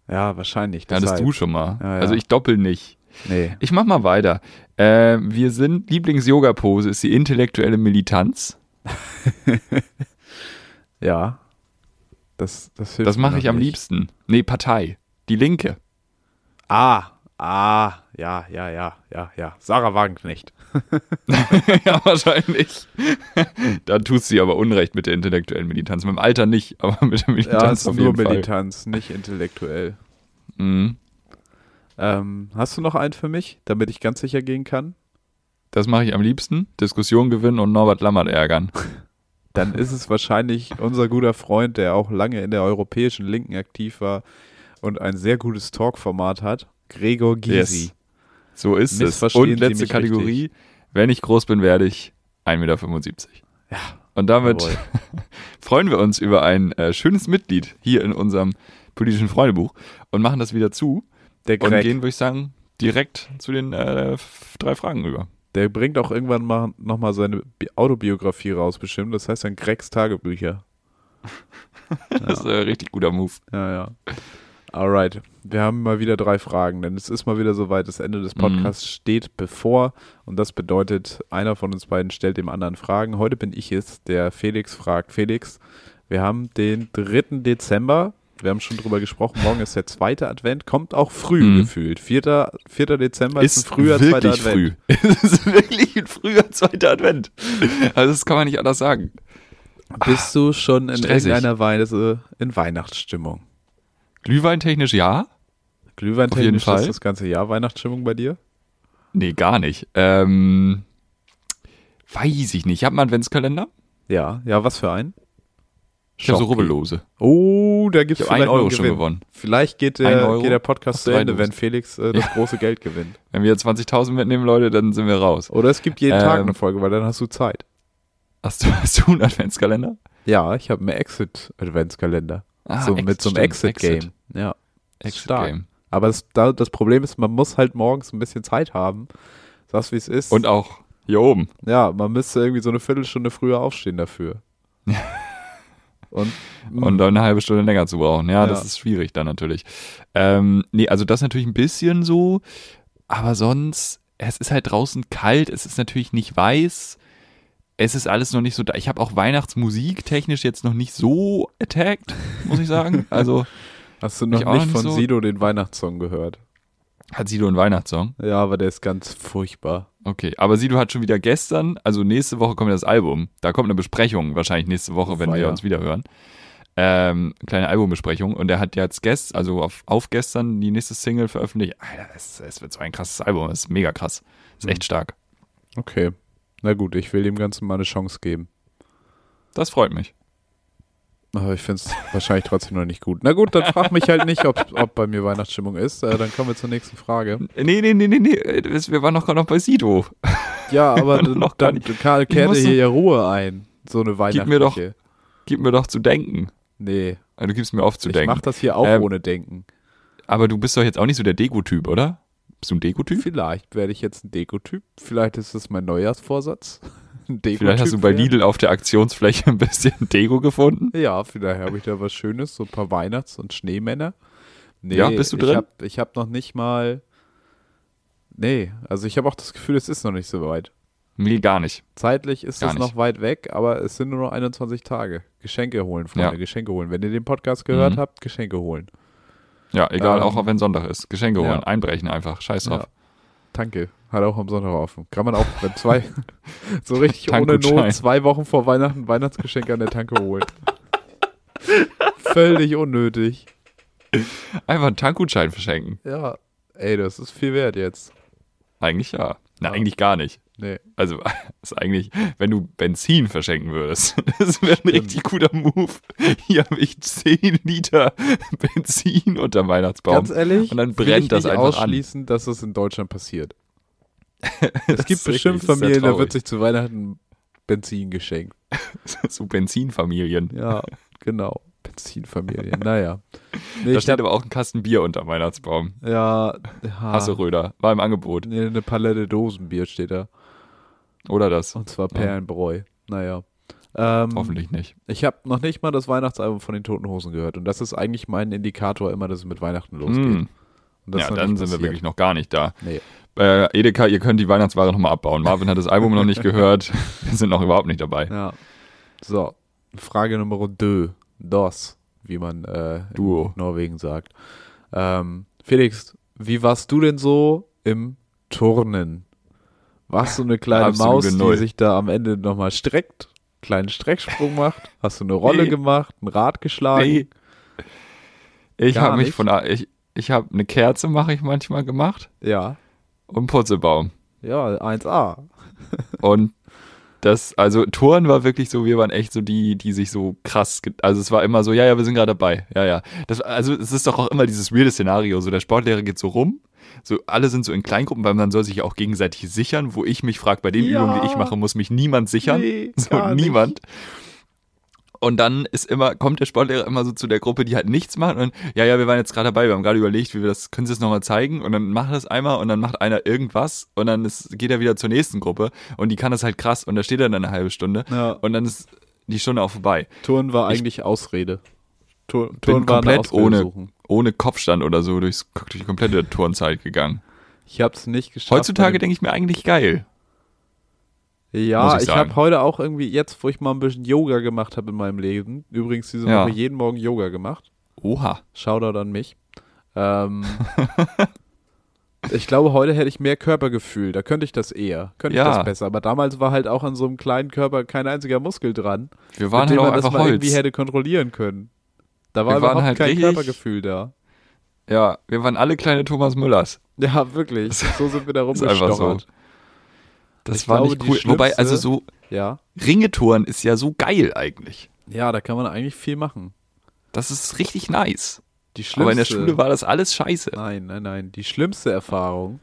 Speaker 1: Ja, wahrscheinlich.
Speaker 2: Ja, das
Speaker 1: deshalb.
Speaker 2: du schon mal.
Speaker 1: Ja, ja.
Speaker 2: Also ich doppel nicht.
Speaker 1: Nee.
Speaker 2: Ich mach mal weiter. Äh, wir sind, Lieblings-Yoga-Pose ist die intellektuelle Militanz.
Speaker 1: Ja. Das, das, hilft
Speaker 2: Das
Speaker 1: mir
Speaker 2: mache ich
Speaker 1: noch
Speaker 2: am
Speaker 1: nicht.
Speaker 2: liebsten. Nee, Partei. Die Linke.
Speaker 1: Ah, ah, ja, ja, ja, ja, ja. Sarah Wagenknecht.
Speaker 2: ja, wahrscheinlich. da tust sie aber Unrecht mit der intellektuellen Militanz. Mit dem Alter nicht, aber mit der
Speaker 1: Ja,
Speaker 2: Militanz
Speaker 1: ist
Speaker 2: auf
Speaker 1: nur
Speaker 2: jeden Fall.
Speaker 1: Militanz, nicht intellektuell.
Speaker 2: Mhm.
Speaker 1: Ähm, hast du noch einen für mich, damit ich ganz sicher gehen kann?
Speaker 2: Das mache ich am liebsten. Diskussion gewinnen und Norbert Lammert ärgern.
Speaker 1: Dann ist es wahrscheinlich unser guter Freund, der auch lange in der europäischen Linken aktiv war und ein sehr gutes Talkformat hat. Gregor Gysi.
Speaker 2: So ist es.
Speaker 1: Missverstehen
Speaker 2: Und
Speaker 1: Sie
Speaker 2: letzte
Speaker 1: mich
Speaker 2: Kategorie. Wenn ich groß bin, werde ich 1,75 Meter.
Speaker 1: Ja,
Speaker 2: Und damit
Speaker 1: jawohl.
Speaker 2: freuen wir uns über ein äh, schönes Mitglied hier in unserem politischen Freundebuch und machen das wieder zu
Speaker 1: Der
Speaker 2: und
Speaker 1: Greg,
Speaker 2: gehen, würde ich sagen, direkt zu den äh, f- drei Fragen über.
Speaker 1: der bringt auch irgendwann mal nochmal seine Bi- Autobiografie raus, bestimmt. Das heißt dann Gregs Tagebücher.
Speaker 2: Das ist äh, richtig guter Move.
Speaker 1: Ja, ja. Alright. Wir haben mal wieder drei Fragen, denn es ist mal wieder soweit. Das Ende des
Speaker 2: Mhm.
Speaker 1: Podcasts steht bevor und das bedeutet, einer von uns beiden stellt dem anderen Fragen. Heute bin ich es, der Felix fragt Felix. Wir haben den 3. Dezember. Wir haben schon drüber gesprochen. Morgen ist der zweite Advent, kommt auch früh
Speaker 2: Mhm.
Speaker 1: gefühlt. 4. 4. Dezember ist,
Speaker 2: Ist
Speaker 1: ein früher zweiter
Speaker 2: wirklich
Speaker 1: Advent.
Speaker 2: früh. Es ist wirklich ein früher zweiter Advent. Also das kann man nicht anders sagen.
Speaker 1: Bist du schon in
Speaker 2: Stressig.
Speaker 1: irgendeiner Weise in Weihnachtsstimmung?
Speaker 2: Glühweintechnisch ja?
Speaker 1: Glühwein
Speaker 2: Auf jeden
Speaker 1: technisch
Speaker 2: Fall.
Speaker 1: ist das ganze Jahr Weihnachtsstimmung bei dir?
Speaker 2: Nee, gar nicht. Ähm, weiß ich nicht. Ich habe einen Adventskalender.
Speaker 1: Ja, ja, was für ein?
Speaker 2: Ich habe so
Speaker 1: Schocki.
Speaker 2: Rubbellose.
Speaker 1: Oh, da gibt's
Speaker 2: Ich
Speaker 1: es
Speaker 2: habe einen Euro schon gewonnen.
Speaker 1: Vielleicht geht
Speaker 2: Ein
Speaker 1: der,
Speaker 2: Euro
Speaker 1: geht der Podcast
Speaker 2: auf
Speaker 1: zu
Speaker 2: drei
Speaker 1: Ende,
Speaker 2: Dosen.
Speaker 1: wenn Felix äh, das große Geld gewinnt.
Speaker 2: Wenn wir 20.000 mitnehmen, Leute, dann sind wir raus.
Speaker 1: Oder es gibt jeden Tag
Speaker 2: Ähm.
Speaker 1: eine Folge, weil dann hast du Zeit.
Speaker 2: Hast du, hast du einen Adventskalender?
Speaker 1: Ja, ich habe einen Exit-Adventskalender.
Speaker 2: Ah,
Speaker 1: so
Speaker 2: Exit,
Speaker 1: mit so einem
Speaker 2: stimmt,
Speaker 1: Exit-Game.
Speaker 2: Exit.
Speaker 1: Ja.
Speaker 2: Exit
Speaker 1: Stark.
Speaker 2: Game.
Speaker 1: Aber das, da, das Problem ist, man muss halt morgens ein bisschen Zeit haben. Sagst, wie es ist.
Speaker 2: Und auch hier oben.
Speaker 1: ja, man müsste irgendwie so eine Viertelstunde früher aufstehen dafür. Und, hm,
Speaker 2: Und dann eine halbe Stunde länger zu brauchen. Ja,
Speaker 1: Mhm. Ja.
Speaker 2: das ist schwierig dann natürlich. Ähm, nee, also das natürlich ein bisschen so. Aber sonst, es ist halt draußen kalt. Es ist natürlich nicht weiß. Es ist alles noch nicht so da. Ich habe auch Weihnachtsmusik technisch jetzt noch nicht so attacked, muss ich sagen. Also
Speaker 1: hast du
Speaker 2: mich
Speaker 1: noch
Speaker 2: auch
Speaker 1: nicht
Speaker 2: noch
Speaker 1: von
Speaker 2: nicht so-
Speaker 1: Sido den Weihnachtssong gehört?
Speaker 2: hat Sido einen Weihnachtssong.
Speaker 1: Ja, aber der ist ganz furchtbar.
Speaker 2: Okay, aber Sido hat schon wieder gestern, also nächste Woche kommt das Album. Da kommt eine Besprechung wahrscheinlich nächste Woche, wenn wir
Speaker 1: Feier.
Speaker 2: uns wieder hören. Ähm, kleine Albumbesprechung und er hat jetzt gest, also auf, auf gestern die nächste Single veröffentlicht. Alter, es, es wird so ein krasses Album, es ist mega krass. Ist
Speaker 1: Mhm.
Speaker 2: echt stark.
Speaker 1: Okay. Na gut, ich will dem Ganzen mal eine Chance geben.
Speaker 2: Das freut mich.
Speaker 1: Aber ich finde es wahrscheinlich trotzdem noch nicht gut. Na gut, dann frag mich halt nicht, ob, ob bei mir Weihnachtsstimmung ist. Äh, dann kommen wir zur nächsten Frage.
Speaker 2: Äh, Nee, nee, nee, nee, nee, wir waren noch gerade noch bei Sido.
Speaker 1: Ja, aber dann,
Speaker 2: Noch gar
Speaker 1: dann
Speaker 2: nicht.
Speaker 1: Karl,
Speaker 2: Ich
Speaker 1: kehrte
Speaker 2: muss so-
Speaker 1: hier ja Ruhe ein. So eine Weihnachtliche.
Speaker 2: Gib mir doch Gib mir doch zu denken.
Speaker 1: Nee,
Speaker 2: Also, Du gibst mir oft zu
Speaker 1: ich mach
Speaker 2: denken.
Speaker 1: das hier auch
Speaker 2: Ähm,
Speaker 1: ohne Denken.
Speaker 2: Aber du bist doch jetzt auch nicht so der Deko-Typ, oder? Bist du ein Deko-Typ?
Speaker 1: Vielleicht werde ich jetzt ein Dekotyp. Vielleicht ist das mein Neujahrsvorsatz. Ein Dekotyp
Speaker 2: Vielleicht hast du bei
Speaker 1: werden.
Speaker 2: Lidl auf der Aktionsfläche ein bisschen Deko gefunden.
Speaker 1: Ja, vielleicht habe ich da was Schönes, so ein paar Weihnachts- und Schneemänner. Nee,
Speaker 2: Ja, bist du drin?
Speaker 1: Ich habe ich hab noch nicht mal. Nee, also ich habe auch das Gefühl, es ist noch nicht so weit.
Speaker 2: Nee, gar nicht.
Speaker 1: Zeitlich ist
Speaker 2: Gar
Speaker 1: es
Speaker 2: nicht.
Speaker 1: noch weit weg, aber es sind nur noch 21 Tage. Geschenke holen, Freunde,
Speaker 2: Ja.
Speaker 1: Geschenke holen. Wenn ihr den Podcast gehört
Speaker 2: Mhm.
Speaker 1: habt, Geschenke holen.
Speaker 2: Ja, egal,
Speaker 1: Ähm,
Speaker 2: auch wenn Sonntag ist. Geschenke holen,
Speaker 1: ja.
Speaker 2: einbrechen einfach. Scheiß drauf.
Speaker 1: Ja. Danke. Hat auch am Sonntag offen. Kann man auch, wenn zwei, so richtig ohne
Speaker 2: Tankgutschein.
Speaker 1: Not, zwei Wochen vor Weihnachten Weihnachtsgeschenke an der Tanke holen. Völlig unnötig.
Speaker 2: Einfach einen Tankgutschein verschenken.
Speaker 1: Ja. Ey, das ist viel wert jetzt.
Speaker 2: Eigentlich ja. Na,
Speaker 1: Ja.
Speaker 2: eigentlich gar nicht.
Speaker 1: Nee.
Speaker 2: Also, ist eigentlich, wenn du Benzin verschenken würdest, das wäre ein richtig guter Move. Hier habe ich 10 Liter Benzin unter Weihnachtsbaum.
Speaker 1: Ganz ehrlich,
Speaker 2: Und dann
Speaker 1: will
Speaker 2: brennt
Speaker 1: ich
Speaker 2: das
Speaker 1: nicht
Speaker 2: einfach an.
Speaker 1: ausschließen, dass es in Deutschland passiert.
Speaker 2: Das
Speaker 1: Es gibt
Speaker 2: ist richtig,
Speaker 1: bestimmt
Speaker 2: das ist sehr
Speaker 1: Familien, da
Speaker 2: traurig.
Speaker 1: wird sich zu Weihnachten Benzin geschenkt.
Speaker 2: so Benzinfamilien.
Speaker 1: Ja, genau. Benzinfamilien. Naja. Nee,
Speaker 2: da
Speaker 1: ich
Speaker 2: steht
Speaker 1: hab,
Speaker 2: aber auch ein Kasten Bier unter Weihnachtsbaum.
Speaker 1: ja, ja
Speaker 2: Hasseröder war im Angebot.
Speaker 1: nee, eine Palette Dosenbier steht da.
Speaker 2: Oder das?
Speaker 1: Und zwar Perlenbräu. Naja. Ähm,
Speaker 2: Hoffentlich nicht.
Speaker 1: ich habe noch nicht mal das Weihnachtsalbum von den Toten Hosen gehört. Und das ist eigentlich mein Indikator immer, dass es mit Weihnachten losgeht.
Speaker 2: Hm.
Speaker 1: Und das
Speaker 2: Ja,
Speaker 1: ist noch
Speaker 2: dann
Speaker 1: nicht
Speaker 2: sind wir
Speaker 1: passiert.
Speaker 2: wirklich noch gar nicht da.
Speaker 1: Nee.
Speaker 2: Äh, Edeka, ihr könnt die Weihnachtsware nochmal abbauen. Marvin hat das Album noch nicht gehört. Wir sind noch überhaupt nicht dabei.
Speaker 1: Ja. So, Frage Nummer 2. Dos, wie man äh, in
Speaker 2: Duo.
Speaker 1: Norwegen sagt. Ähm, Felix, wie warst du denn so im Turnen? Warst du eine kleine
Speaker 2: Absolute
Speaker 1: Maus, die
Speaker 2: Null.
Speaker 1: sich da am Ende nochmal streckt, kleinen Strecksprung macht? Hast du eine Rolle
Speaker 2: Nee.
Speaker 1: gemacht, ein Rad geschlagen?
Speaker 2: Nee. Ich
Speaker 1: Gar
Speaker 2: habe mich
Speaker 1: nicht?
Speaker 2: von. Ich, ich habe eine Kerze, mache ich manchmal gemacht.
Speaker 1: Ja,
Speaker 2: Und einen Putzebaum.
Speaker 1: ja, 1A.
Speaker 2: Und das, also Touren war wirklich so, wir waren echt so die, die sich so krass, ge- also es war immer so, ja, ja, wir sind gerade dabei, ja, ja. Das, also es ist doch auch immer dieses weirde Szenario, so der Sportlehrer geht so rum, so alle sind so in Kleingruppen, weil man soll sich auch gegenseitig sichern, wo ich mich frage, bei den
Speaker 1: Ja.
Speaker 2: Übungen, die ich mache, muss mich niemand sichern,
Speaker 1: Nee,
Speaker 2: so
Speaker 1: gar nicht.
Speaker 2: niemand. Und dann ist immer, kommt der Sportlehrer immer so zu der Gruppe, die halt nichts macht und ja, ja, wir waren jetzt gerade dabei, wir haben gerade überlegt, wie wir das, können Sie das nochmal zeigen? Und dann macht das einmal und dann macht einer irgendwas und dann ist, geht er wieder zur nächsten Gruppe und die kann das halt krass und da steht er dann eine halbe Stunde
Speaker 1: Ja.
Speaker 2: und dann ist die Stunde auch vorbei.
Speaker 1: Turnen war eigentlich Ausrede. Tur
Speaker 2: Bin
Speaker 1: war eine
Speaker 2: komplett
Speaker 1: Ausrede
Speaker 2: ohne,
Speaker 1: suchen.
Speaker 2: ohne Kopfstand oder so durchs, durch die komplette Turnzeit gegangen.
Speaker 1: Ich hab's nicht geschafft.
Speaker 2: Heutzutage denke ich mir eigentlich geil. muss
Speaker 1: Ja,
Speaker 2: ich
Speaker 1: ich,
Speaker 2: sagen.
Speaker 1: habe heute auch irgendwie, jetzt, wo ich mal ein bisschen Yoga gemacht habe in meinem Leben, übrigens diese
Speaker 2: Ja.
Speaker 1: Woche jeden Morgen Yoga gemacht.
Speaker 2: Oha.
Speaker 1: Shoutout an mich. Ähm, ich glaube, heute hätte ich mehr Körpergefühl. Da könnte ich das eher. Könnte ich
Speaker 2: Ja.
Speaker 1: das besser. Aber damals war halt auch an so einem kleinen Körper kein einziger Muskel dran,
Speaker 2: Wir waren
Speaker 1: mit dem
Speaker 2: halt auch
Speaker 1: man das
Speaker 2: einfach
Speaker 1: mal irgendwie
Speaker 2: Holz.
Speaker 1: hätte kontrollieren können. Da war
Speaker 2: Wir waren
Speaker 1: überhaupt
Speaker 2: halt
Speaker 1: kein
Speaker 2: richtig-
Speaker 1: Körpergefühl da.
Speaker 2: Ja, wir waren alle kleine Thomas Müllers.
Speaker 1: Ja, wirklich. So sind wir da
Speaker 2: Ist einfach so.
Speaker 1: rumgestochert.
Speaker 2: Das
Speaker 1: Ich
Speaker 2: war
Speaker 1: glaube,
Speaker 2: nicht
Speaker 1: die
Speaker 2: cool. Wobei,
Speaker 1: schlimmste-
Speaker 2: also so
Speaker 1: Ja.
Speaker 2: Ringetouren ist ja so geil eigentlich.
Speaker 1: Ja, da kann man eigentlich viel machen.
Speaker 2: Das ist richtig nice.
Speaker 1: Die schlimmste,
Speaker 2: Aber in der Schule war das alles scheiße.
Speaker 1: Nein, nein, nein. Die schlimmste Erfahrung.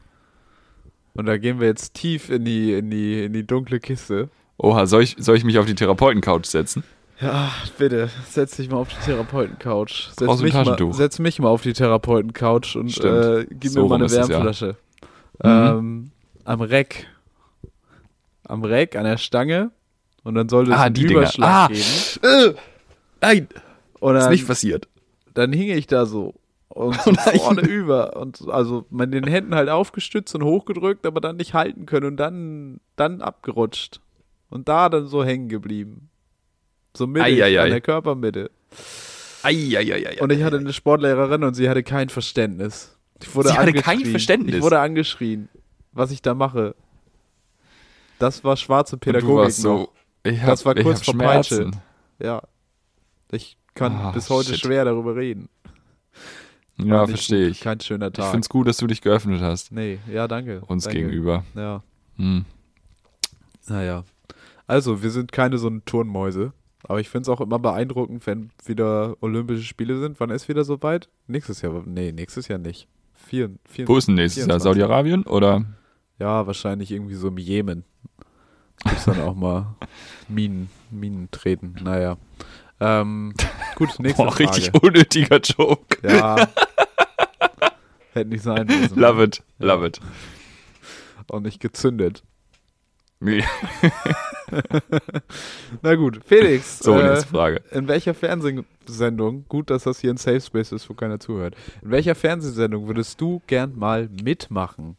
Speaker 1: Und da gehen wir jetzt tief in die, in die, in die dunkle Kiste.
Speaker 2: Oha, soll ich, soll ich mich auf die Therapeuten-Couch setzen?
Speaker 1: Ja, bitte, setz dich mal auf die Therapeuten-Couch. Setz,
Speaker 2: Brauchst du ein
Speaker 1: mich mal-
Speaker 2: Taschentuch?
Speaker 1: setz mich mal auf die Therapeuten-Couch und
Speaker 2: Stimmt.
Speaker 1: äh, gib
Speaker 2: So
Speaker 1: mir mal
Speaker 2: rum
Speaker 1: eine
Speaker 2: ist es, ja.
Speaker 1: Wärmflasche. Ähm, am Reck. Am Reck, an der Stange. Und dann sollte es einen Überschlag geben.
Speaker 2: Äh, nein,
Speaker 1: Und
Speaker 2: ist
Speaker 1: dann,
Speaker 2: nicht passiert.
Speaker 1: dann hing ich da so. Und so vorne über. Und also mit den Händen halt aufgestützt und hochgedrückt, aber dann nicht halten können und dann, dann abgerutscht. Und da dann so hängen geblieben. So mittig,
Speaker 2: Ei, ei, ei.
Speaker 1: an der Körpermitte.
Speaker 2: Eieieiei.
Speaker 1: Und ich hatte eine Sportlehrerin und sie hatte kein Verständnis. Ich wurde
Speaker 2: Sie hatte kein
Speaker 1: angeschrien.
Speaker 2: Verständnis?
Speaker 1: Ich wurde angeschrien, was ich da mache. Das war schwarze Pädagogik.
Speaker 2: du warst so,
Speaker 1: noch.
Speaker 2: ich hab,
Speaker 1: Das war kurz
Speaker 2: ich
Speaker 1: vor
Speaker 2: hab Schmerzen.
Speaker 1: Ja. Ich kann
Speaker 2: Ah,
Speaker 1: bis heute
Speaker 2: shit.
Speaker 1: schwer darüber reden.
Speaker 2: Ja,
Speaker 1: Nicht
Speaker 2: verstehe
Speaker 1: gut,
Speaker 2: ich.
Speaker 1: Kein schöner
Speaker 2: Ich
Speaker 1: Tag.
Speaker 2: find's gut, dass du dich geöffnet hast.
Speaker 1: nee, ja, danke.
Speaker 2: Uns
Speaker 1: danke.
Speaker 2: gegenüber.
Speaker 1: Ja.
Speaker 2: Hm.
Speaker 1: Naja. Also, wir sind keine so eine Turnmäuse. Aber ich finde es auch immer beeindruckend, wenn wieder Olympische Spiele sind. Wann ist wieder soweit? Nächstes Jahr. Nee, nächstes Jahr nicht. Vier, vier,
Speaker 2: Wo ist denn nächstes Jahr?
Speaker 1: 24.
Speaker 2: Saudi-Arabien oder?
Speaker 1: Ja, wahrscheinlich irgendwie so im Jemen. Gibt's dann auch mal Minen, Minen treten. Naja. Ähm, gut, nächste
Speaker 2: Boah,
Speaker 1: Frage.
Speaker 2: richtig unnötiger Joke.
Speaker 1: Ja. Hätte nicht sein müssen.
Speaker 2: Love it, love it.
Speaker 1: Auch nicht gezündet.
Speaker 2: Nee.
Speaker 1: Na gut, Felix.
Speaker 2: So,
Speaker 1: äh,
Speaker 2: nächste Frage.
Speaker 1: in welcher Fernsehsendung, gut, dass das hier ein Safe Space ist, wo keiner zuhört, in welcher Fernsehsendung würdest du gern mal mitmachen?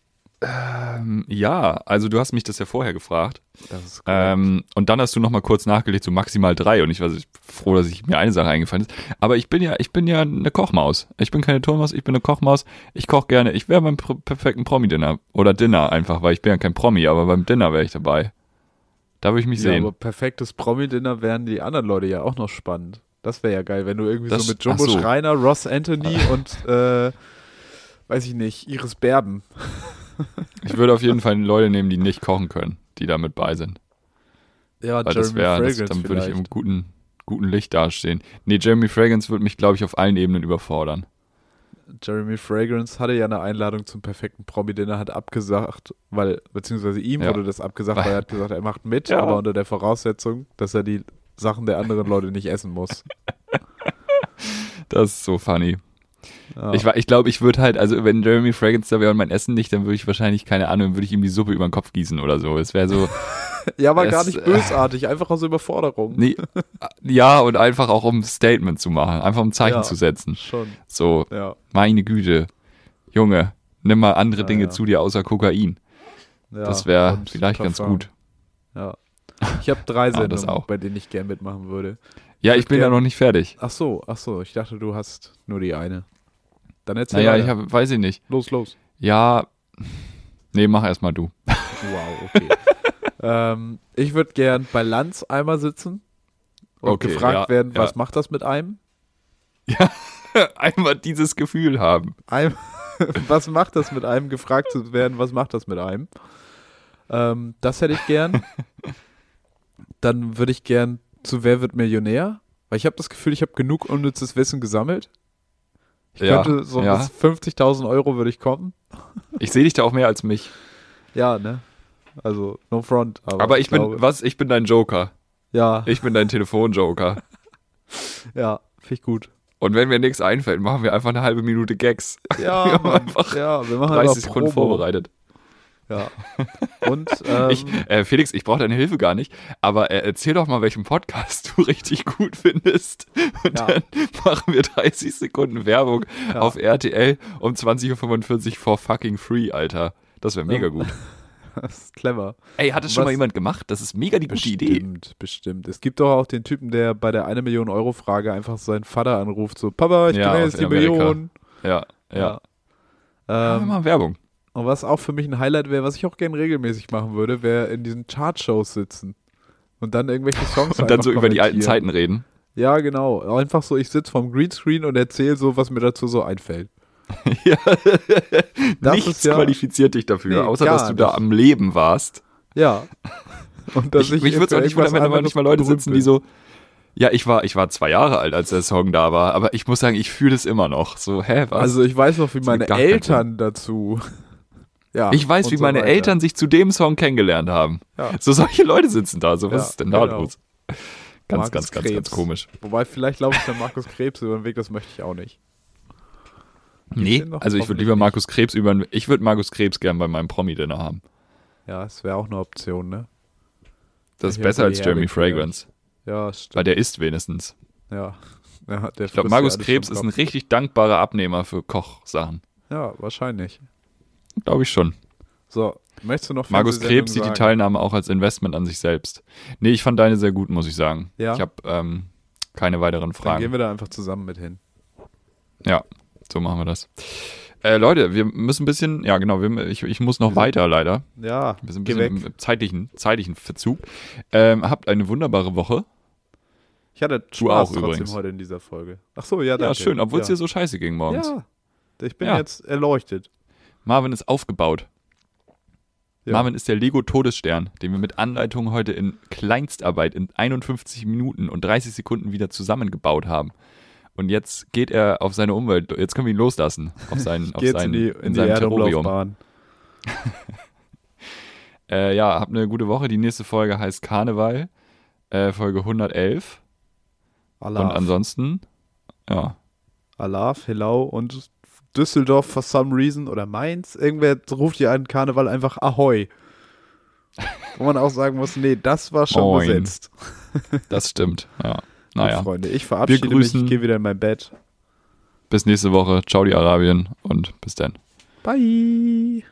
Speaker 2: Ja, also du hast mich das ja vorher gefragt.
Speaker 1: Das ist cool.
Speaker 2: Ähm, und dann hast du nochmal kurz nachgelegt zu maximal drei und ich war froh, dass ich mir eine Sache eingefallen ist. Aber ich bin ja, ich bin ja eine Kochmaus. Ich bin keine Turnmaus, ich bin eine Kochmaus. Ich koche gerne. Ich wäre beim pr- perfekten Promi-Dinner oder Dinner einfach, weil ich bin ja kein Promi, aber beim Dinner wäre ich dabei. Da würde ich mich
Speaker 1: ja,
Speaker 2: sehen.
Speaker 1: aber perfektes Promi-Dinner wären die anderen Leute ja auch noch spannend. Das wäre ja geil, wenn du irgendwie
Speaker 2: Das-
Speaker 1: so mit Jumbo
Speaker 2: ach so. Ah.
Speaker 1: Schreiner, Ross Anthony und äh, weiß ich nicht, Iris Berben.
Speaker 2: Ich würde auf jeden Fall Leute nehmen, die nicht kochen können, die da mit bei sind.
Speaker 1: Ja,
Speaker 2: Weil das wäre, das- dann würde ich im guten, guten Licht dastehen. Nee, Jeremy Fragrance würde mich, glaube ich, auf allen Ebenen überfordern.
Speaker 1: Jeremy Fragrance hatte ja eine Einladung zum perfekten Promi-Dinner, hat abgesagt, weil, beziehungsweise ihm
Speaker 2: Ja.
Speaker 1: wurde das abgesagt, weil er hat gesagt, er macht mit,
Speaker 2: Ja.
Speaker 1: aber unter der Voraussetzung, dass er die Sachen der anderen Leute nicht essen muss.
Speaker 2: Das ist so funny.
Speaker 1: Ja.
Speaker 2: Ich, wa- ich glaube, ich würde halt, also wenn Jeremy Fragrance da wäre und mein Essen nicht, dann würde ich wahrscheinlich, keine Ahnung, würde ich ihm die Suppe über den Kopf gießen oder so. Es wäre so,
Speaker 1: ja, aber gar
Speaker 2: es-
Speaker 1: nicht bösartig, einfach aus Überforderung.
Speaker 2: nee, ja, und einfach auch um ein Statement zu machen, einfach um ein Zeichen
Speaker 1: Ja.
Speaker 2: zu setzen.
Speaker 1: Schon,
Speaker 2: So,
Speaker 1: ja.
Speaker 2: meine Güte, Junge, nimm mal andere Dinge
Speaker 1: ja.
Speaker 2: zu dir außer Kokain.
Speaker 1: ja.
Speaker 2: das wäre
Speaker 1: Und
Speaker 2: vielleicht ganz
Speaker 1: Parfum.
Speaker 2: gut.
Speaker 1: Ja. Ich habe drei
Speaker 2: Ja, das
Speaker 1: Sendungen,
Speaker 2: auch.
Speaker 1: bei denen ich gern mitmachen würde.
Speaker 2: Ja,
Speaker 1: würd
Speaker 2: ich bin ja
Speaker 1: gern-
Speaker 2: noch nicht fertig.
Speaker 1: Ach so, ach so, ich dachte, du hast nur die eine. Dann erzähl
Speaker 2: Naja,
Speaker 1: weiter.
Speaker 2: ich habe, weiß ich nicht.
Speaker 1: los, los.
Speaker 2: Ja, nee, mach erst mal du.
Speaker 1: Wow, okay. ähm, ich würde gern bei Lanz einmal sitzen und
Speaker 2: Okay,
Speaker 1: gefragt
Speaker 2: ja,
Speaker 1: werden,
Speaker 2: ja.
Speaker 1: was macht das mit einem?
Speaker 2: Einmal dieses Gefühl haben.
Speaker 1: Ein, was macht das mit einem? Gefragt zu werden, was macht das mit einem? Ähm, das hätte ich gern. Dann würde ich gern zu Wer wird Millionär? Weil ich habe das Gefühl, ich habe genug unnützes Wissen gesammelt. Ich
Speaker 2: Ja,
Speaker 1: könnte so
Speaker 2: ja.
Speaker 1: bis 50.000 Euro würde ich kommen.
Speaker 2: Ich sehe dich da auch mehr als mich.
Speaker 1: Ja, ne? Also, no front. Aber,
Speaker 2: Aber ich bin,
Speaker 1: glaube-
Speaker 2: was? Ich bin dein Joker.
Speaker 1: Ja,
Speaker 2: Ich bin dein Telefonjoker.
Speaker 1: ja, finde ich gut.
Speaker 2: Und wenn mir nichts einfällt, machen wir einfach eine halbe Minute Gags.
Speaker 1: Ja,
Speaker 2: haben
Speaker 1: Mann,
Speaker 2: einfach
Speaker 1: ja wir machen
Speaker 2: 30
Speaker 1: einfach
Speaker 2: Sekunden
Speaker 1: Promo.
Speaker 2: vorbereitet.
Speaker 1: Ja. Und ähm,
Speaker 2: Ich, äh, Felix, ich brauche deine Hilfe gar nicht, aber äh, erzähl doch mal, welchen Podcast du richtig gut findest. Und
Speaker 1: Ja.
Speaker 2: dann machen wir 30 Sekunden Werbung auf RTL um 20.45 Uhr for fucking free, Alter. Das wäre mega gut.
Speaker 1: das ist clever.
Speaker 2: Ey, hat das schon
Speaker 1: Was-
Speaker 2: mal jemand gemacht? Das ist mega die gute Idee.
Speaker 1: Bestimmt, bestimmt. Es gibt doch auch den Typen, der bei der 1 Million Euro Frage einfach seinen Vater anruft, so Papa, ich
Speaker 2: Ja,
Speaker 1: gewinne
Speaker 2: aus
Speaker 1: jetzt die
Speaker 2: Amerika.
Speaker 1: Million.
Speaker 2: Ja, ja.
Speaker 1: Ja.
Speaker 2: ja.
Speaker 1: Ähm,
Speaker 2: Mal Werbung.
Speaker 1: und was auch für mich ein Highlight wäre, was ich auch gerne regelmäßig machen würde, wäre in diesen Chartshows sitzen und dann irgendwelche Songs
Speaker 2: Und dann
Speaker 1: einfach
Speaker 2: so über die alten
Speaker 1: kommentieren.
Speaker 2: Zeiten reden.
Speaker 1: Ja, genau. Einfach so, ich sitze vorm Greenscreen und erzähle so, was mir dazu so einfällt.
Speaker 2: Ja.
Speaker 1: Das
Speaker 2: Nichts
Speaker 1: ist ja-
Speaker 2: qualifiziert dich dafür,
Speaker 1: Nee,
Speaker 2: außer
Speaker 1: gar
Speaker 2: dass du da
Speaker 1: nicht.
Speaker 2: am Leben warst.
Speaker 1: Ja. Und dass
Speaker 2: ich,
Speaker 1: ich,
Speaker 2: mich würde es auch nicht wundern, wenn da manchmal Leute sitzen, die so, ja, ich war, ich war zwei Jahre alt, als der Song da war, aber ich muss sagen, ich fühle es immer noch. So, hä, was?
Speaker 1: Also ich weiß noch, wie meine
Speaker 2: ergibt gar keinen
Speaker 1: Eltern dazu. Ja.
Speaker 2: ich weiß,
Speaker 1: und
Speaker 2: wie
Speaker 1: so
Speaker 2: meine
Speaker 1: weiter.
Speaker 2: Eltern sich zu dem Song kennengelernt haben.
Speaker 1: Ja.
Speaker 2: So solche Leute sitzen da, so, was
Speaker 1: Ja,
Speaker 2: ist denn da
Speaker 1: genau.
Speaker 2: los? Ganz,
Speaker 1: Markus
Speaker 2: ganz, ganz,
Speaker 1: Krebs.
Speaker 2: ganz komisch.
Speaker 1: Wobei, vielleicht laufe ich dann Markus Krebs über den Weg, das möchte ich auch nicht.
Speaker 2: Nee,
Speaker 1: den noch?
Speaker 2: also ich würde
Speaker 1: Hoffentlich
Speaker 2: lieber Markus Krebs über, ich würde Markus Krebs gern bei meinem Promi-Dinner haben.
Speaker 1: Ja, das wäre auch eine Option, ne?
Speaker 2: Das ist
Speaker 1: Ja,
Speaker 2: besser
Speaker 1: die
Speaker 2: als Jeremy
Speaker 1: Herwig vielleicht.
Speaker 2: Fragrance,
Speaker 1: Ja,
Speaker 2: weil
Speaker 1: stimmt.
Speaker 2: der isst wenigstens.
Speaker 1: Ja. ja der
Speaker 2: Ich glaube, Markus Krebs ist ein richtig dankbarer Abnehmer für Kochsachen.
Speaker 1: Ja, wahrscheinlich.
Speaker 2: Glaube ich schon.
Speaker 1: So, möchtest du noch
Speaker 2: Markus
Speaker 1: Fernsehsendungen
Speaker 2: Krebs sieht die
Speaker 1: sagen?
Speaker 2: Teilnahme auch als Investment an sich selbst. Nee, ich fand deine sehr gut, muss ich sagen.
Speaker 1: Ja?
Speaker 2: Ich habe ähm, keine
Speaker 1: Dann
Speaker 2: weiteren
Speaker 1: gehen
Speaker 2: Fragen.
Speaker 1: wir da einfach zusammen mit hin.
Speaker 2: Ja, so machen wir das. Äh, Leute, wir müssen ein bisschen, ja genau, wir, ich, ich muss noch weiter leider.
Speaker 1: Ja,
Speaker 2: Wir sind ein
Speaker 1: geh
Speaker 2: bisschen
Speaker 1: weg.
Speaker 2: im zeitlichen, zeitlichen Verzug. Ähm, habt eine wunderbare Woche.
Speaker 1: Ich hatte Spaß
Speaker 2: auch
Speaker 1: trotzdem
Speaker 2: übrigens.
Speaker 1: heute in dieser Folge. Ach so, ja, danke.
Speaker 2: Ja, schön, obwohl es
Speaker 1: ja.
Speaker 2: dir so scheiße ging morgens.
Speaker 1: Ja, ich bin
Speaker 2: Ja.
Speaker 1: jetzt erleuchtet.
Speaker 2: Marvin ist aufgebaut.
Speaker 1: Ja.
Speaker 2: Marvin ist der Lego-Todesstern, den wir mit Anleitung heute in Kleinstarbeit in 51 Minuten und 30 Sekunden wieder zusammengebaut haben. Und jetzt geht er auf seine Umwelt. Jetzt können wir ihn loslassen. Auf seinen, auf
Speaker 1: Geht's
Speaker 2: seinen,
Speaker 1: in die, in die Erdumlaufbahn.
Speaker 2: Äh, ja, habt eine gute Woche. Die nächste Folge heißt Karneval, äh, Folge 111. Und
Speaker 1: Alaf,
Speaker 2: ansonsten, ja,
Speaker 1: Alaf, Hillau und Düsseldorf for some reason oder Mainz. Irgendwer ruft hier einen Karneval einfach Ahoi. Wo man auch sagen muss, nee, das war schon
Speaker 2: Moin.
Speaker 1: besetzt.
Speaker 2: das stimmt. Ja.
Speaker 1: Gut,
Speaker 2: Naja,
Speaker 1: Freunde, ich verabschiede mich,
Speaker 2: grüßen-
Speaker 1: ich gehe wieder in mein Bett.
Speaker 2: bis nächste Woche. Ciao, die Arabien und bis dann.
Speaker 1: Bye.